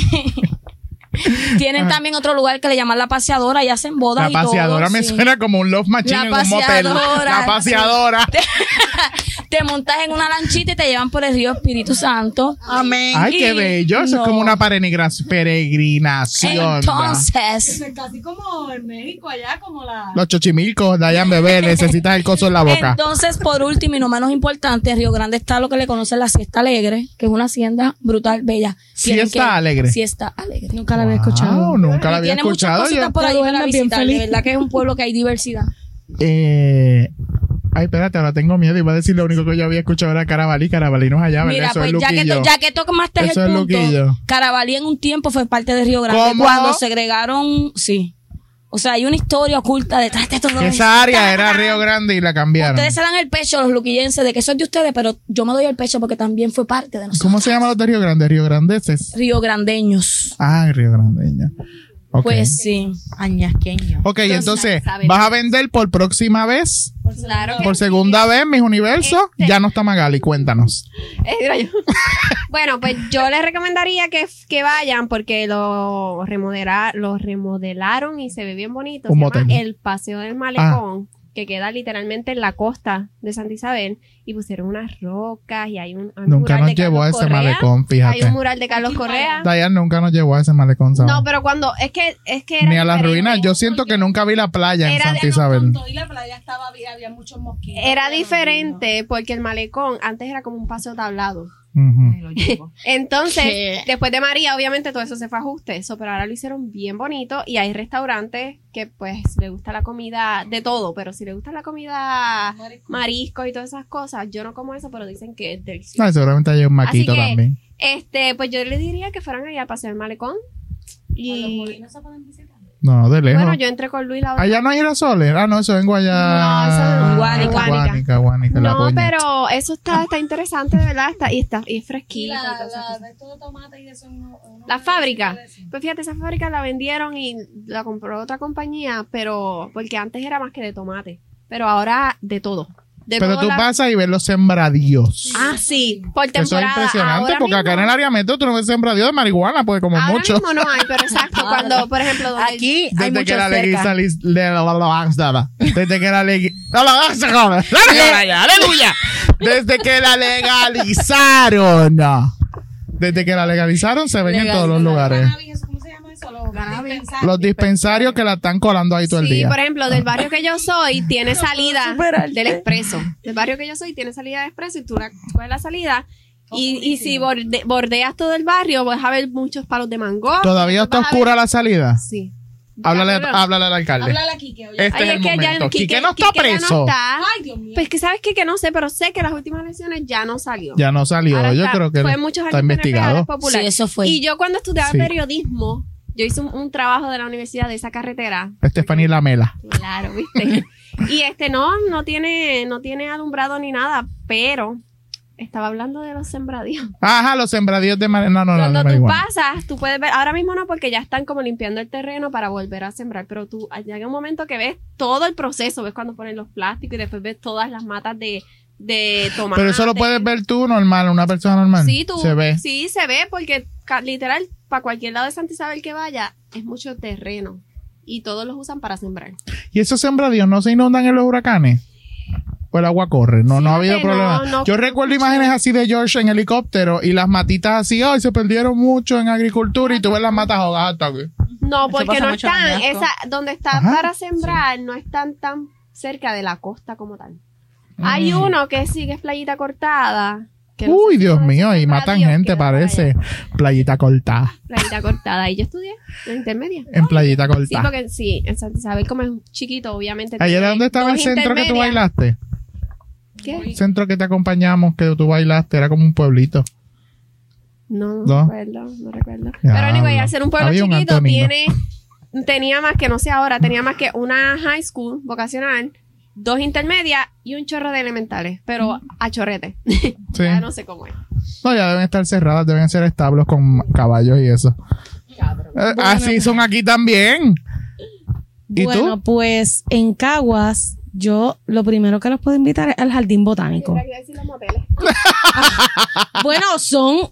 tienen también otro lugar que le llaman la paseadora y hacen bodas
La
y todo,
paseadora me
sí.
suena como un love machine
La
en un motel.
paseadora,
La paseadora.
Te montas en una lanchita y te llevan por el río Espíritu Santo.
Amén.
Ay, qué
Y-
bello. Eso
no.
es como una peregra- peregrinación.
Entonces,
Casi como en México, allá como la.
Los chochimilcos, Dayan Bebé, necesitas el coso en la boca.
Entonces, por último y no menos importante, en Río Grande está lo que le conocen la Siesta Alegre, que es una hacienda brutal, bella. Tienen
Siesta Alegre.
Siesta Alegre.
Nunca la había escuchado.
Wow, nunca la
Y
había
tiene muchas
escuchado.
cositas
yo.
por ahí
Todo
para
duerme bien
visitar. De
feliz.
verdad que es un pueblo que hay diversidad.
Eh, ay, espérate, ahora tengo miedo. Iba a decir lo único que yo había escuchado era Carabalí. Carabalí no es allá, ¿verdad?
Mira,
Eso
pues
es
ya que,
Luquillo.
to- ya que tocaste
Eso es
el punto,
Luquillo.
Carabalí en un tiempo fue parte de Río Grande.
¿Cómo?
Cuando segregaron, sí. O sea, hay una historia oculta detrás de todo
Que
esto.
Esa área era Río Grande y la cambiaron.
Ustedes se dan el pecho, los luquillenses, de que eso es de ustedes, pero yo me doy el pecho porque también fue parte de nosotros.
¿Cómo se llaman los de Río Grande? Río Grandeses.
Río Grandeños.
Ay, Río Grandeña. Ok.
Pues sí.
Añasqueño.
Ok, entonces,
sabe.
¿vas a vender por próxima vez?
Claro. Este
Por segunda vez, mis universos. Ya no está Magali, cuéntanos.
Eh, era yo. bueno, pues yo les recomendaría que, que vayan porque lo, remodela- lo remodelaron y se ve bien bonito.
Un
se
motel. Ah.
llama El Paseo del Malecón, que queda literalmente en la costa de Santa Isabel. Y pusieron unas rocas y hay un. hay un
Nunca
mural
nos
de
llevó a
Carlos
ese
Correa.
malecón,
Hay un
fíjate.
mural de Carlos Correa.
Dayan nunca nos llevó a ese malecón, ¿sabes?
No, pero cuando. Es que. Es que era
Ni a las
diferente.
ruinas. Yo siento que nunca vi la playa en
Era
Santa
de
Isabel.
Y la playa estaba bien, había muchos mosquitos.
Era diferente porque el malecón antes era como un paseo tablado.
Ujú.
Entonces, después de María, obviamente todo eso se fue a ajuste, eso, pero ahora lo hicieron bien bonito y hay restaurantes que pues le gusta la comida de todo, pero si le gusta la comida marisco y todas esas cosas, yo no como eso, pero dicen que es delicioso.
Ay, seguramente hay un
Así
maquito
que,
también.
Este, pues yo les diría que fueran allá a pasear el malecón y
No, de lejos.
bueno, yo entré con Luis la otra
Allá no hay girasoles. Ah, no, eso en
No, eso
Guayana.
en
Guanica.
Guánica.
Guánica, Guánica, la
No,
puña.
pero eso está, está interesante, de verdad, está, y está, y es fresquito. y todas esas cosas. La fábrica. Pues fíjate, esa fábrica la vendieron y la compró otra compañía, pero porque antes era más que de tomate, pero ahora de todo. De
Pero
todo
tú
la-
pasas y ves los sembradíos.
Ah, sí, por
Eso es
temporada.
impresionante
Ahora
porque acá en
mismo-
el área metro tú no ves sembradíos de marihuana, porque como
ahora
mucho.
mismo no hay, pero exacto, cuando, por ejemplo, donde-
Aquí hay
Desde
mucho
que la ley
cerca.
Desde que la ley. ¡Aleluya! Desde que la legalizaron. Desde que la legalizaron se ven en todos los lugares.
¿Cómo se llama eso? Los cannabis.
Los dispensarios que la están colando ahí todo el
Ah, Sí,
día.
por ejemplo, del barrio que yo soy tiene salida del expreso. Del barrio que yo soy tiene salida de expreso y tú la coges la salida. Y, y si borde- bordeas todo el barrio, vas a ver muchos palos de mango.
Todavía está
Vas a ver-
oscura la salida.
Sí.
Háblale,
Cabrón.
háblale al alcalde.
Háblala aquí, que oye.
Este
Ay,
es el
es que ya
momento.
Quique-
Quique no está
Quique ya no
preso.
está.
Ay, Dios mío.
Pues que sabes que, que no sé, pero sé que las últimas elecciones ya no salió.
Ya no salió.
Ahora
Yo
está-
creo que
fue
él
muchos
está
años en
investigado.
Reales Populares.
Sí, eso fue.
Y yo cuando estudiaba
Sí.
periodismo, yo hice un, un trabajo de la universidad de esa carretera.
Stephanie Este Lamela.
Claro, viste. y este no, no tiene, no tiene alumbrado ni nada, pero Estaba hablando de los sembradíos.
Ajá, los sembradíos de marihuana. No, no, no,
Cuando
de
tú
marihuana.
pasas, tú puedes ver, ahora mismo no porque ya están como limpiando el terreno para volver a sembrar, pero tú llega un momento que ves todo el proceso, ves cuando ponen los plásticos y después ves todas las matas de, de tomate.
Pero eso lo puedes ver tú normal, una persona normal.
Sí, tú,
Se ve.
sí, se ve porque ca- literal, para cualquier lado de Santa Isabel que vaya, es mucho terreno y todos los usan para sembrar.
¿Y esos sembradíos no se inundan en los huracanes? O el agua corre, no, no ha habido
Fíjate,
problema.
no, no.
Yo recuerdo imágenes así de George en helicóptero y las matitas así, ay, se perdieron mucho en agricultura y tú ves las matas ahogadas hasta aquí.
No,
Eso
porque
pasa
no
mucho
están,
en Añasco.
esa, donde está
Ajá,
para sembrar, no están tan cerca de la costa como tal. Hay uno que sigue es playita cortada. que no sé
Ah, Uy,
si
Dios
no es
mío, y
sembradío,
matan
queda
gente,
para allá.
parece. Playita cortada.
Playita cortada. Y yo estudié la intermedia.
En playita
Sí,
cortada.
porque sí, en Santa Isabel, como es chiquito, obviamente.
Ayer,
tiene
¿dónde estaba el
dos
centro que tú
intermedias.
bailaste?
¿Qué?
El centro que te acompañamos, que tú bailaste, era como un pueblito.
No,
No.
no recuerdo, no recuerdo.
Ya
Pero anyway,
hablo.
al ser un pueblo
Había un
chiquito,
Antonino.
tiene, tenía más que, no sé ahora, tenía más que una high school vocacional, dos intermedias y un chorro de elementales, pero a chorrete.
Sí.
Ya no sé cómo es.
No, ya deben estar cerradas, deben ser establos con caballos y eso. Eh, así son aquí también. ¿Y
pues. bueno,
tú?
pues en Caguas, yo lo primero que los puedo invitar es al jardín botánico. bueno, son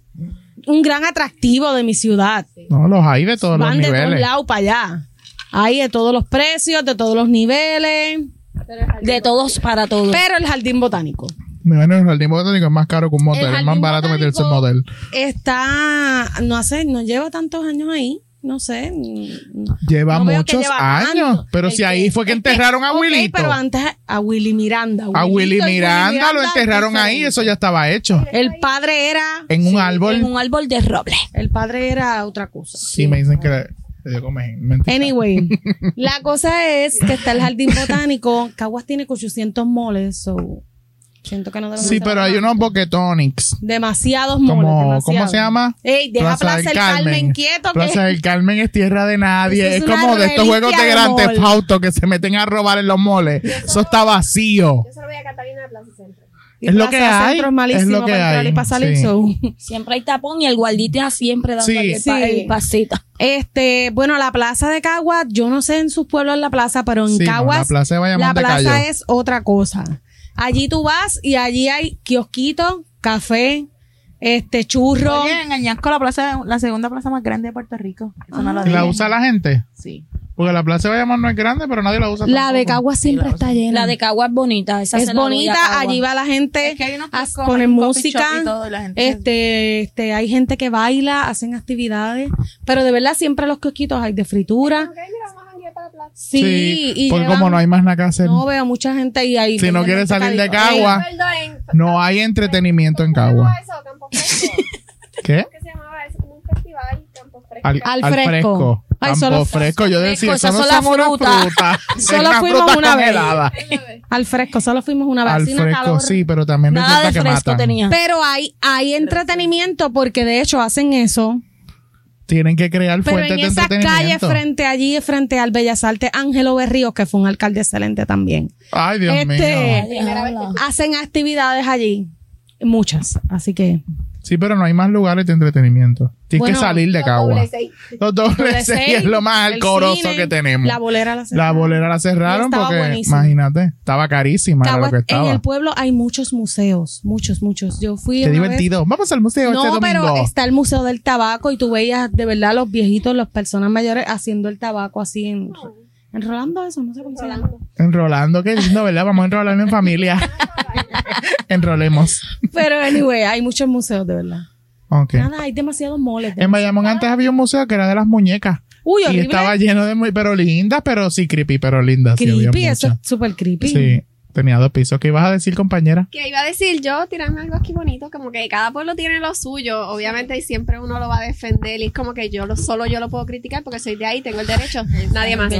un gran atractivo de mi ciudad.
No, los hay de todos
Van
los
de todos
niveles.
lados para allá. Hay de todos los precios, de todos los niveles,
De todos para todos.
pero el jardín botánico.
Me van el jardín botánico es más caro que un motel, es más
jardín
barato
botánico-
meterse en un motel.
Está, no hace, no lleva tantos años ahí, no sé.
Lleva
no veo que
muchos
lleva
años,
tanto.
pero
Es
si ahí fue que
es
enterraron a
ok,
Wilito.
pero antes a Willy Miranda.
a Willy
Wilito y
Miranda lo enterraron ahí,
diferente.
eso ya estaba hecho.
El padre era,
En un árbol.
En un árbol de roble.
el padre era otra cosa.
Sí, me dicen que le, le dio comején. Mentira.
Anyway, la cosa es que está el jardín botánico. Caguas tiene 800 moles, so siento que no debemos
Sí, pero hay
hablar.
unos boquetonics.
Demasiados moles.
Como,
demasiados.
¿Cómo se llama?
Ey, deja Plaza, del Carmen, quieto. que-
Plaza del Carmen es tierra de nadie.
Eso
Es,
es una
como de estos
reliquia
juegos de
de
grandes
mall.
pautos que se meten a robar en los moles. Eso está vacío.
Yo se lo voy a Catalina de Plaza Centro.
y
es lo
Plaza
que hay,
Centro
es
Es malísimo
lo que
para entrar
hay,
y para salir.
sí.
so.
Siempre hay tapón y el guardita siempre dando
Sí.
ahí el, pa-
Sí.
el pasito.
Este, bueno, la plaza de Caguas, yo no sé en sus pueblos la plaza, pero en
Sí, no,
Caguas
la plaza de Bayamón
la
te
plaza
cayó.
es otra cosa. Allí tú vas y allí hay kiosquitos, café, este churro.
Oye, en Añasco, la, plaza, la segunda plaza más grande de Puerto Rico. Eso no lo
¿La
digan.
usa la gente?
Sí.
Porque la plaza de Bayamón no es grande, pero nadie la usa.
La de
tampoco.
Caguas siempre está llena.
La de Cagua es bonita. Esa se
es
la doy a Cagua.
bonita, allí va la gente
Es que hay unos
a
kioscos,
poner
hay un coffee
música.
shop y todo, y la gente-
este, este, hay gente que baila, hacen actividades, pero de verdad siempre los kiosquitos hay de fritura. Sí, y
porque como
llevan-
no hay más nada que hacer.
no veo mucha gente ahí. ahí este
si no
vendiendo
quieres salir de
pescadito.
Cagua, no hay entretenimiento en Cagua.
eso? Campo Fresco.
¿Qué?
¿Qué se llamaba eso? Un festival, Campo Fresco.
Al,
Al
al fresco.
fresco. Ay,
Campo
solo-
fresco. Yo decía,
fresco,
eso no
esas son
son
las
una
frutas.
fruta.
Solo
es una
fuimos
fruta
una vez.
congelada.
Eh, Al fresco, solo fuimos una vez.
Al
hacía una
fresco,
calor.
sí, pero también
Nada
resulta
de
que
fresco
matan.
tenía.
Pero hay, hay entretenimiento porque de hecho hacen eso.
Tienen que crear
Pero
fuentes
en
de
esas calles
entretenimiento.
frente allí, frente al Bellas Artes, Ángelo Berríos, que fue un alcalde excelente también.
Ay, Dios mío.
este, hacen actividades allí. Muchas. Así que.
Sí, pero no hay más lugares de entretenimiento. Tienes
Bueno,
que salir de Cagua. Los dobles
Doble
seis es lo más
el
alcoroso
cine,
que tenemos.
La bolera la
La
cerraron.
bolera la cerraron
Y estaba
porque,
buenísimo.
imagínate, estaba carísima era
Caguas-
lo que
en
estaba.
el pueblo hay muchos museos, muchos, muchos. Yo fui.
Qué
una vez-
divertido. Vamos al museo
No,
este domingo.
pero está el Museo del Tabaco y tú veías de verdad los viejitos, las personas mayores haciendo el tabaco así en, enrolando eso, no sé cómo se llama.
Enrolando, qué lindo, ¿verdad? Vamos a enrolar en familia. Enrolemos.
Pero anyway, hay muchos museos de verdad.
Ok.
Nada, hay demasiados moles. de-
En Bayamón antes había un museo que era de las muñecas.
Uy,
y
horrible.
estaba lleno de muy, pero lindas, pero sí creepy, pero lindas. sí, había
creepy, eso
muchas.
es súper creepy.
Sí, tenía dos pisos. ¿Qué ibas a decir, compañera?
Que iba a decir yo, tirarme algo aquí bonito, como que cada pueblo tiene lo suyo, obviamente, y siempre uno lo va a defender, y es como que yo lo, solo yo lo puedo criticar porque soy de ahí, tengo el derecho, nadie más.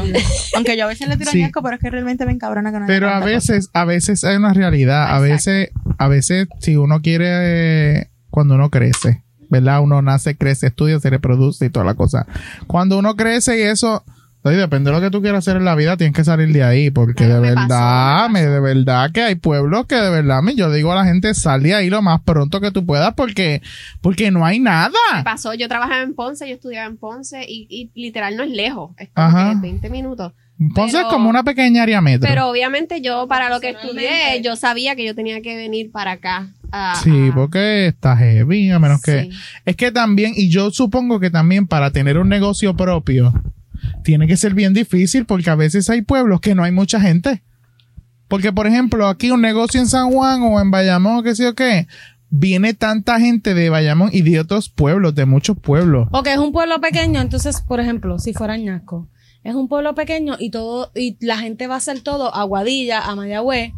Aunque yo a veces le tiro
Sí.
Añasco, pero es que realmente me encabrona que no
Pero
haya
a
tanta
veces, a veces hay una realidad. A veces, a veces, si uno quiere, eh, cuando uno crece, ¿verdad? Uno nace, crece, estudia, se reproduce y toda la cosa. Cuando uno crece y eso, Entonces, depende de lo que tú quieras hacer en la vida, tienes que salir de ahí, porque
Claro,
de
me pasó,
verdad,
me
me- de verdad que hay pueblos que de verdad, me, yo digo a la gente, sal de ahí lo más pronto que tú puedas, porque, porque no hay nada.
Me pasó, yo trabajaba en Ponce, yo estudiaba en Ponce y, y literal no es lejos, es
Ajá.
como que 20 minutos.
Entonces,
pero-
como una pequeña área metro.
Pero obviamente yo para lo que estudié, yo sabía que yo tenía que venir para acá. a-
sí,
a-
porque está heavy, a menos que.
Sí.
Es que también, y yo supongo que también para tener un negocio propio, tiene que ser bien difícil porque a veces hay pueblos que no hay mucha gente. Porque, por ejemplo, aquí un negocio en San Juan o en Bayamón, qué sé yo qué, viene tanta gente de Bayamón y de otros pueblos, de muchos pueblos.
Porque es un pueblo pequeño, entonces, por ejemplo, si fuera Ñasco, es un pueblo pequeño y todo y la gente va a hacer todo a Guadilla, a Mayagüez,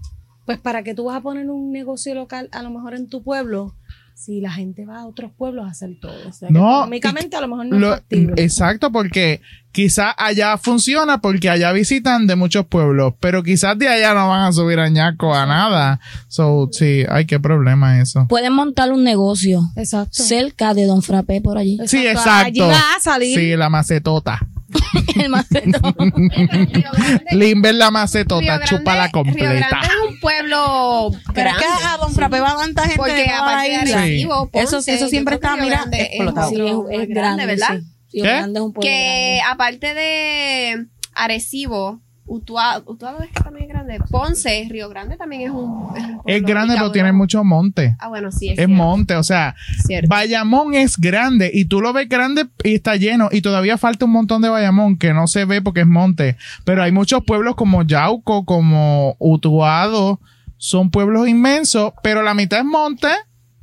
pues para que tú vas a poner un negocio local a lo mejor en tu pueblo, si la gente va a otros pueblos a hacer todo. O sea, que
No,
económicamente a lo mejor no
Lo-
es factible.
exacto, porque quizás allá funciona porque allá visitan de muchos pueblos, pero quizás de allá no van a subir a ñaco a nada. So, sí, ay, qué problema eso.
Pueden montar un negocio
Exacto.
cerca de Don Frappé por allí.
Exacto,
Sí,
Allí
exacto.
va a salir.
Sí, la macetota.
El macetón.
Río Grande-
Limber la macetota,
Río
chúpala
Grande- Río
completa.
Grande es un pueblo
Pero es que
grande.
a Don Frappé va tanta gente
porque
de toda la
aparte de
isla.
Sí.
Arecibo, Ponce,
Eso- eso
yo
siempre
creo
está,
que Río
mira,
Grande es
explotado.
Sí,
otro
es, es
más
grande, ¿verdad?
¿verdad?
Sí, Río
¿Qué?
Grande es un pueblo
Que
grande.
aparte de Arecibo, Utuado, Utuado es que también es grande. Ponce, Río Grande también es un. Es,
Es
un pueblo
grande,
picado,
pero tiene
¿no?
mucho monte.
Ah, bueno, sí, es,
Es
cierto,
monte, o sea,
es cierto.
Bayamón es grande y tú lo ves grande y está lleno y todavía falta un montón de Bayamón que no se ve porque es monte, pero hay muchos pueblos como Yauco, como Utuado, son pueblos inmensos, pero la mitad es monte,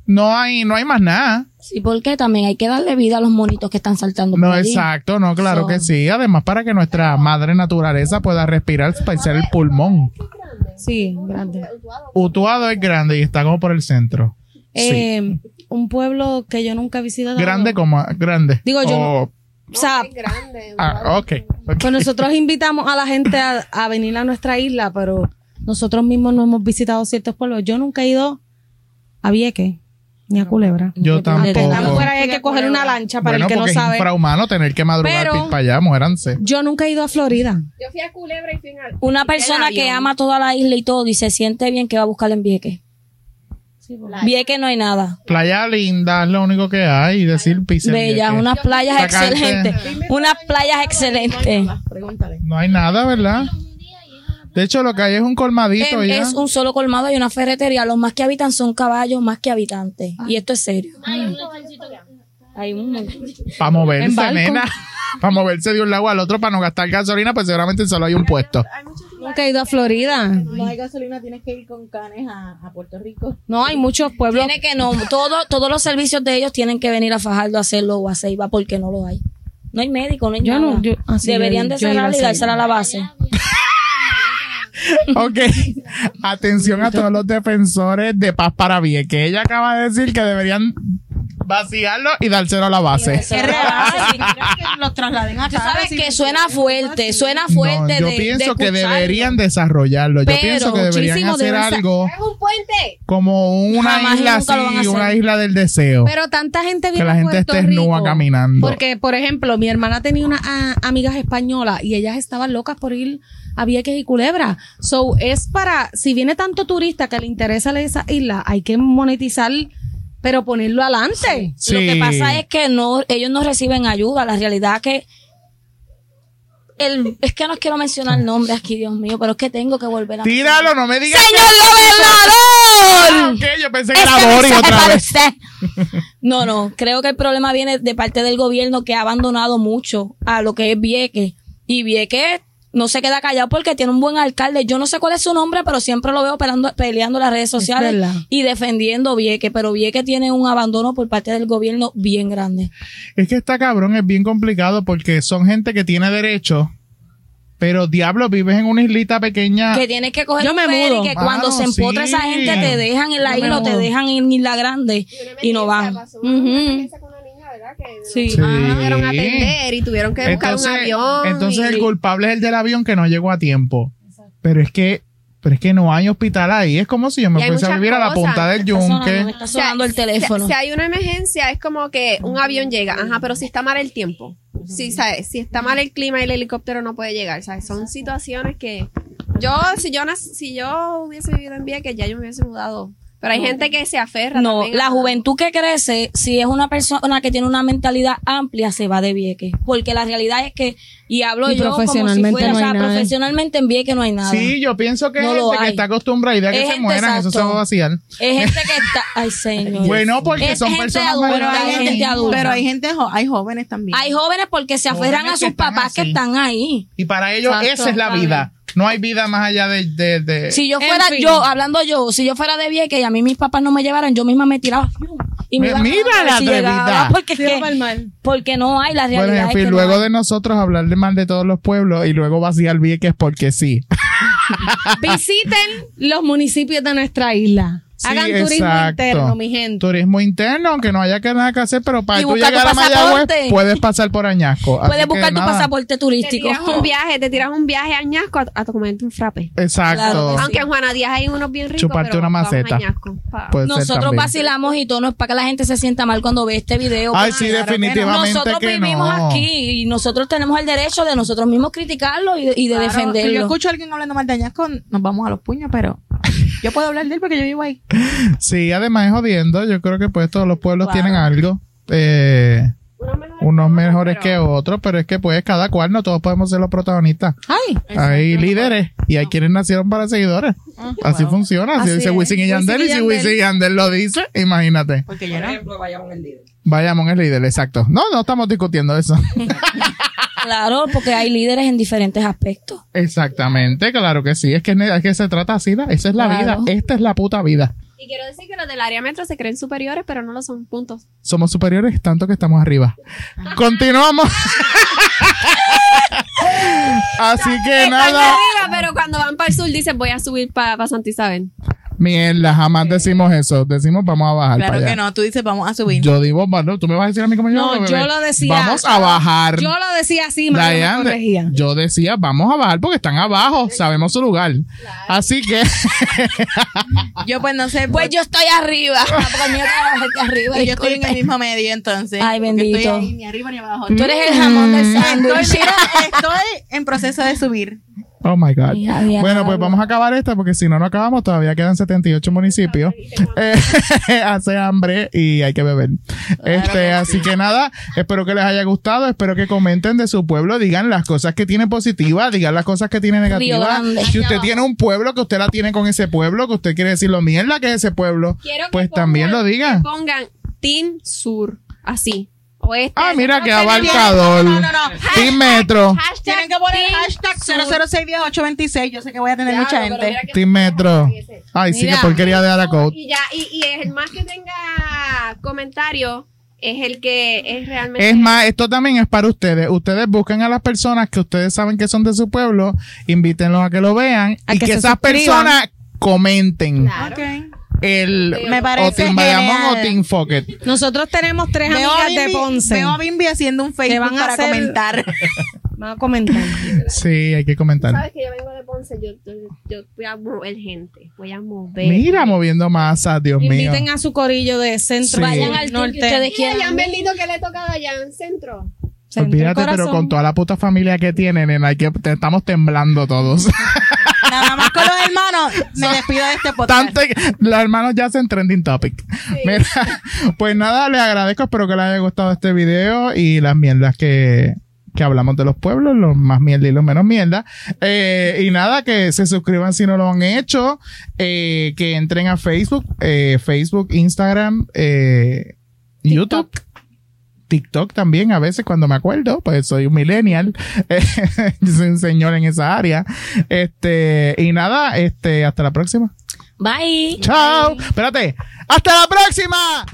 no hay no hay más nada.
Sí, porque también hay que darle vida a los monitos que están saltando
No,
por allí.
exacto, no, claro
Son-
que sí, además para que nuestra madre naturaleza pueda respirar para ser el pulmón.
Sí, grande.
Utuado es grande y está como por el centro. Sí.
Eh, un pueblo que yo nunca he visitado.
Grande como grande.
Digo, yo
O-
O sea,
Es grande.
ah, ok. ok.
pues nosotros invitamos a la gente a, a venir a nuestra isla, pero nosotros mismos no hemos visitado ciertos pueblos. Yo nunca he ido a Vieques ni a Culebra.
Yo
Que estamos
tampoco.
fuera y hay que coger una lancha para
bueno,
el que no
porque es
sabe.
infrahumano tener que madrugar
Pero-
para ir para allá, muéranse.
Yo nunca he ido a Florida.
Yo fui a Culebra y fui en al-
Una
en
persona que
avión.
ama toda la isla y todo y se siente bien que va a buscar en Vieques.
pues.
Vieques no hay nada.
Playa linda es lo único que hay y decir pise
Bellas,
Vieques.
unas playas
Sacarte.
excelentes. Unas playas excelentes.
No hay nada, ¿verdad? De hecho, lo que hay es un colmadito
Em,
ya.
es un solo colmado y una ferretería. Los más que habitan son caballos más que habitantes.
Ah.
Y esto es serio. Hay un montón.
Para
en
moverse,
balcón.
nena. para moverse de un lado al otro para no gastar gasolina, pues seguramente solo hay un puesto.
Nunca he ido a Florida.
No hay gasolina, tienes que ir con canes a, a Puerto Rico.
No, hay muchos pueblos.
Tiene que no, todo, todos los servicios de ellos tienen que venir a Fajardo a hacerlo o a Ceiba porque no lo hay. No hay médico, no hay
Yo
nada.
no- yo- ah, sí,
Deberían
yo-
de
yo iba a
cerrar y
Ceiba.
dársela a la base.
Ok, atención a todos los defensores de Paz para Vieques. que ella acaba de decir que deberían vaciarlo y dárselo a la base.
Es
los trasladen a
Tú sabes que suena fuerte, suena fuerte.
No, yo
de-
pienso
de
que
escucharlo.
deberían desarrollo. Yo
Pero
pienso que deberían
muchísimo
hacer
deben sa-
algo
Es un puente.
como una
Jamás y
isla
nunca lo van a
así,
hacer.
una isla del deseo.
Pero tanta gente viene
la
a
gente
Puerto
esté
Rico.
desnuda caminando.
Porque, por ejemplo, mi hermana tenía unas ah, amigas españolas y ellas estaban locas por ir a Vieques y Culebra. So, es para, si viene tanto turista que le interesa la- esa isla, hay que monetizar, pero ponerlo adelante.
Sí.
Lo que pasa es que no, ellos no reciben ayuda. La realidad que el, es que no quiero mencionar nombres aquí, Dios mío, pero es que tengo que volver a.
Tíralo, no me digas.
¡Señor
Ah,
gobernador!
ok, yo pensé que
Este
era Dory
mensaje
otra
para
vez.
usted. No, no, creo que el problema viene de parte del gobierno que ha abandonado mucho a lo que es Vieques. Y Vieques no se queda callado porque tiene un buen alcalde. Yo no sé cuál es su nombre, pero siempre lo veo peleando, peleando en las redes sociales
verdad.
y defendiendo Vieques. Pero Vieques tiene un abandono por parte del gobierno bien grande.
Es que está cabrón, es bien complicado porque son gente que tiene derecho, pero diablo, vives en una islita pequeña.
que tienes que coger
Ah, Yo
un
me
ferry
mudo.
que cuando
Ah,
se
no,
empotra
sí.
esa gente te dejan en la
Yo me
isla o te
mudo.
dejan en Isla Grande y no van.
Pasó una
Ujú.
emergencia con una niña, ¿verdad? Que
Sí.
Sí.
no pudieron atender y tuvieron que buscar un avión.
entonces
y-
el culpable es el del avión que no llegó a tiempo. Pero es que, pero es que no hay hospital ahí. Es como si yo
Y
me
hay
fuese a
muchas
vivir a la
cosas.
punta del
Está sonando,
yunque.
me está sonando el
si-
teléfono.
Si, hay una emergencia, es como que un avión llega, ajá, pero si está mal el tiempo. si, ¿sabes? si está mal el clima y el helicóptero no puede llegar, ¿sabes? Son situaciones que yo, si yo, nac- si yo hubiese vivido en Vieques, ya yo me hubiese mudado. Pero hay gente que se aferra.
No,
también a-
la juventud que crece, si es una persona que tiene una mentalidad amplia, se va de Vieques. Porque la realidad es que, y hablo
Y
yo como si
profesionalmente
fuera,
no
o sea,
hay nada.
profesionalmente en Vieques no hay nada.
Sí, yo pienso que
No
es
lo
gente que
hay.
está acostumbrada y idea
Es
que se
gente,
mueran, eso se va a
exacto.
vaciar.
Es gente que está, ay señor.
Bueno, porque
Es
son
gente
personas
adulta,
Pero
mayores.
hay
gente
gente,
adulta.
pero hay gente jo- hay jóvenes también.
Hay jóvenes porque se
Jóvenes
aferran a
que
sus
están
papás que
así.
están ahí.
Y para ellos
Exacto,
esa es la
claro.
vida. No hay vida más allá de... de- de-
Si yo
En
fuera
fin.
yo, hablando yo, si yo fuera de Vieques y a mí mis papás no me llevaran, yo misma me tiraba. Y me
Mi-
iba a
mira
matar
la
si llegaba,
atrevida.
Porque, es
Sí, va
que-
pa'l mal.
porque no hay la realidad.
Bueno, en
es
fin,
que no
luego
hay.
de nosotros hablar de mal de todos los pueblos y luego vaciar Vieques porque sí.
Visiten los municipios de nuestra isla.
Sí,
Hagan turismo
exacto.
interno, mi gente.
Turismo interno, aunque no haya que nada que hacer, pero para
Y
tú
busca tu
llegar a Mayagüez
pasaporte.
puedes pasar por Añasco. Así
Puedes
que
buscar tu
nada.
pasaporte
Te
turístico.
tiras un viaje, te tiras un viaje a Añasco a, a tu comerte un frappe.
Claro
Exacto.
que sí.
Aunque en Juana Díaz hay unos bien ricos.
Chuparte
pero
una
vamos a
maceta.
Añasco, pa-
Puede ser
Nosotros
también.
vacilamos y todo no es para que la gente se sienta mal cuando ve este video.
Ay, sí,
claro que no.
Ah, definitivamente
nosotros
que
vivimos
no.
aquí y nosotros tenemos el derecho de nosotros mismos criticarlo y, y de
Claro,
defenderlo.
Si yo escucho a alguien hablando mal de Añasco, nos vamos a los puños, pero yo puedo hablar de él porque yo vivo ahí.
Sí, además es jodiendo. Yo creo que pues todos los pueblos
Claro.
tienen algo. eh,
Unos mejores,
unos
que otros,
mejores
pero-
que otros, pero es que pues cada cual, no todos podemos ser los protagonistas.
Ay,
Hay líderes y hay quienes nacieron para seguidores. Así funciona. Así
Así
dice
es.
Wisin y Yandel y
Wisin
si
y Yandel.
Wisin y Yandel lo dice, imagínate.
Porque
Por
yo no.
ejemplo, vayamos el líder.
Vayamos, es líder, exacto. No, no estamos discutiendo eso.
Claro, porque hay líderes en diferentes aspectos.
Exactamente, claro que sí. Es que, es que se trata así, ¿no? esa es la
Claro.
vida. Esta es la puta vida.
Y quiero decir que los del área metro se creen superiores, pero no lo son. Puntos.
Somos superiores tanto que estamos arriba. Continuamos. así que nada.
arriba, pero cuando van para el sur dicen voy a subir para Santa Isabel.
Mierda, jamás decimos eso. Decimos vamos a bajar. para
Claro
allá.
que no, tú dices vamos a subir.
Yo digo, bueno, tú me vas a decir a mí cómo yo
No,
hago,
yo
bebé?
lo decía.
Vamos a bajar.
yo lo decía así, Mario me
Diane,
corregía.
yo decía, vamos a bajar porque están abajo, sabemos su lugar. Así que,
Yo pues no sé.
Pues yo estoy arriba. Porque el mío trabaja aquí arriba.
y yo estoy en el
disculpe.
mismo medio entonces.
Ay,
porque
bendito.
Estoy ahí, ni arriba ni abajo.
Tú eres el jamón del
Estoy,
sándwich.
mira, estoy en proceso de subir.
oh my God.
Mira, mira,
bueno, pues
hablo.
vamos a acabar esta porque si no, no acabamos. Todavía quedan 78 municipios. Eh, hace hambre y hay que beber. Este, así que nada, espero que les haya gustado. Espero que comenten de su pueblo. Digan las cosas que tiene positivas, digan las cosas que tiene negativas.
Grande.
Si usted tiene un pueblo que usted la tiene con ese pueblo, que usted quiere decir lo mierda que es ese pueblo,
Quiero que
pues
pongan-
también lo diga.
que Pongan Team Sur. Así. Oeste.
Ah, mira que
Tenemos-
abarcador.
No, no, no.
Team Metro.
Tienen que poner
Team
hashtag
Sur.
0061826. Yo sé que voy a tener
Claro,
mucha
pero
gente.
mira que-
Team Metro. Ay, sí,
Mira.
que porquería de Aracout.
Y ya, y, y el más que tenga comentario es el que es realmente.
Es más, esto también es para ustedes. Ustedes busquen a las personas que ustedes saben que son de su pueblo, invítenlos a que lo vean
A
y
que
que,
se
esas
suscriban.
personas comenten
Claro.
Ok.
el
Me parece
o Team Bayamón o
genial.
Team Focket.
Nosotros tenemos tres
Veo
amigas
a,
de
Bimbi,
Ponce.
veo a Bimbi haciendo un Facebook
van a
para
hacer-
comentar.
Vamos a comentar.
Sí, hay que comentar.
Sabes que yo vengo de Ponce, yo, yo- yo voy a mover gente, voy a mover.
Mira, moviendo masas, Dios mío.
Inviten a su corillo de centro.
Sí.
Vayan al team que ustedes
Mira, ya
quieran.
han vendido que le toca allá en centro.
Centro del
Olvídate, pero
corazón.
con toda la puta familia que tienen, nena, hay que, te- estamos temblando todos.
Nada más con los hermanos, me despido de este podcast.
Tanto que los hermanos ya hacen trending topic. Mira, pues nada, les agradezco. Espero que les haya gustado este video y las mierdas que, que hablamos de los pueblos, los más mierda y los menos mierda. Eh, y nada, que se suscriban si no lo han hecho, eh, que entren a Facebook, eh, Facebook, Instagram, eh, YouTube. TikTok también, a veces cuando me acuerdo, pues soy un millennial, yo soy un señor en esa área. Este, y nada, este, hasta la próxima.
Bye.
Chao. Espérate. Hasta la próxima.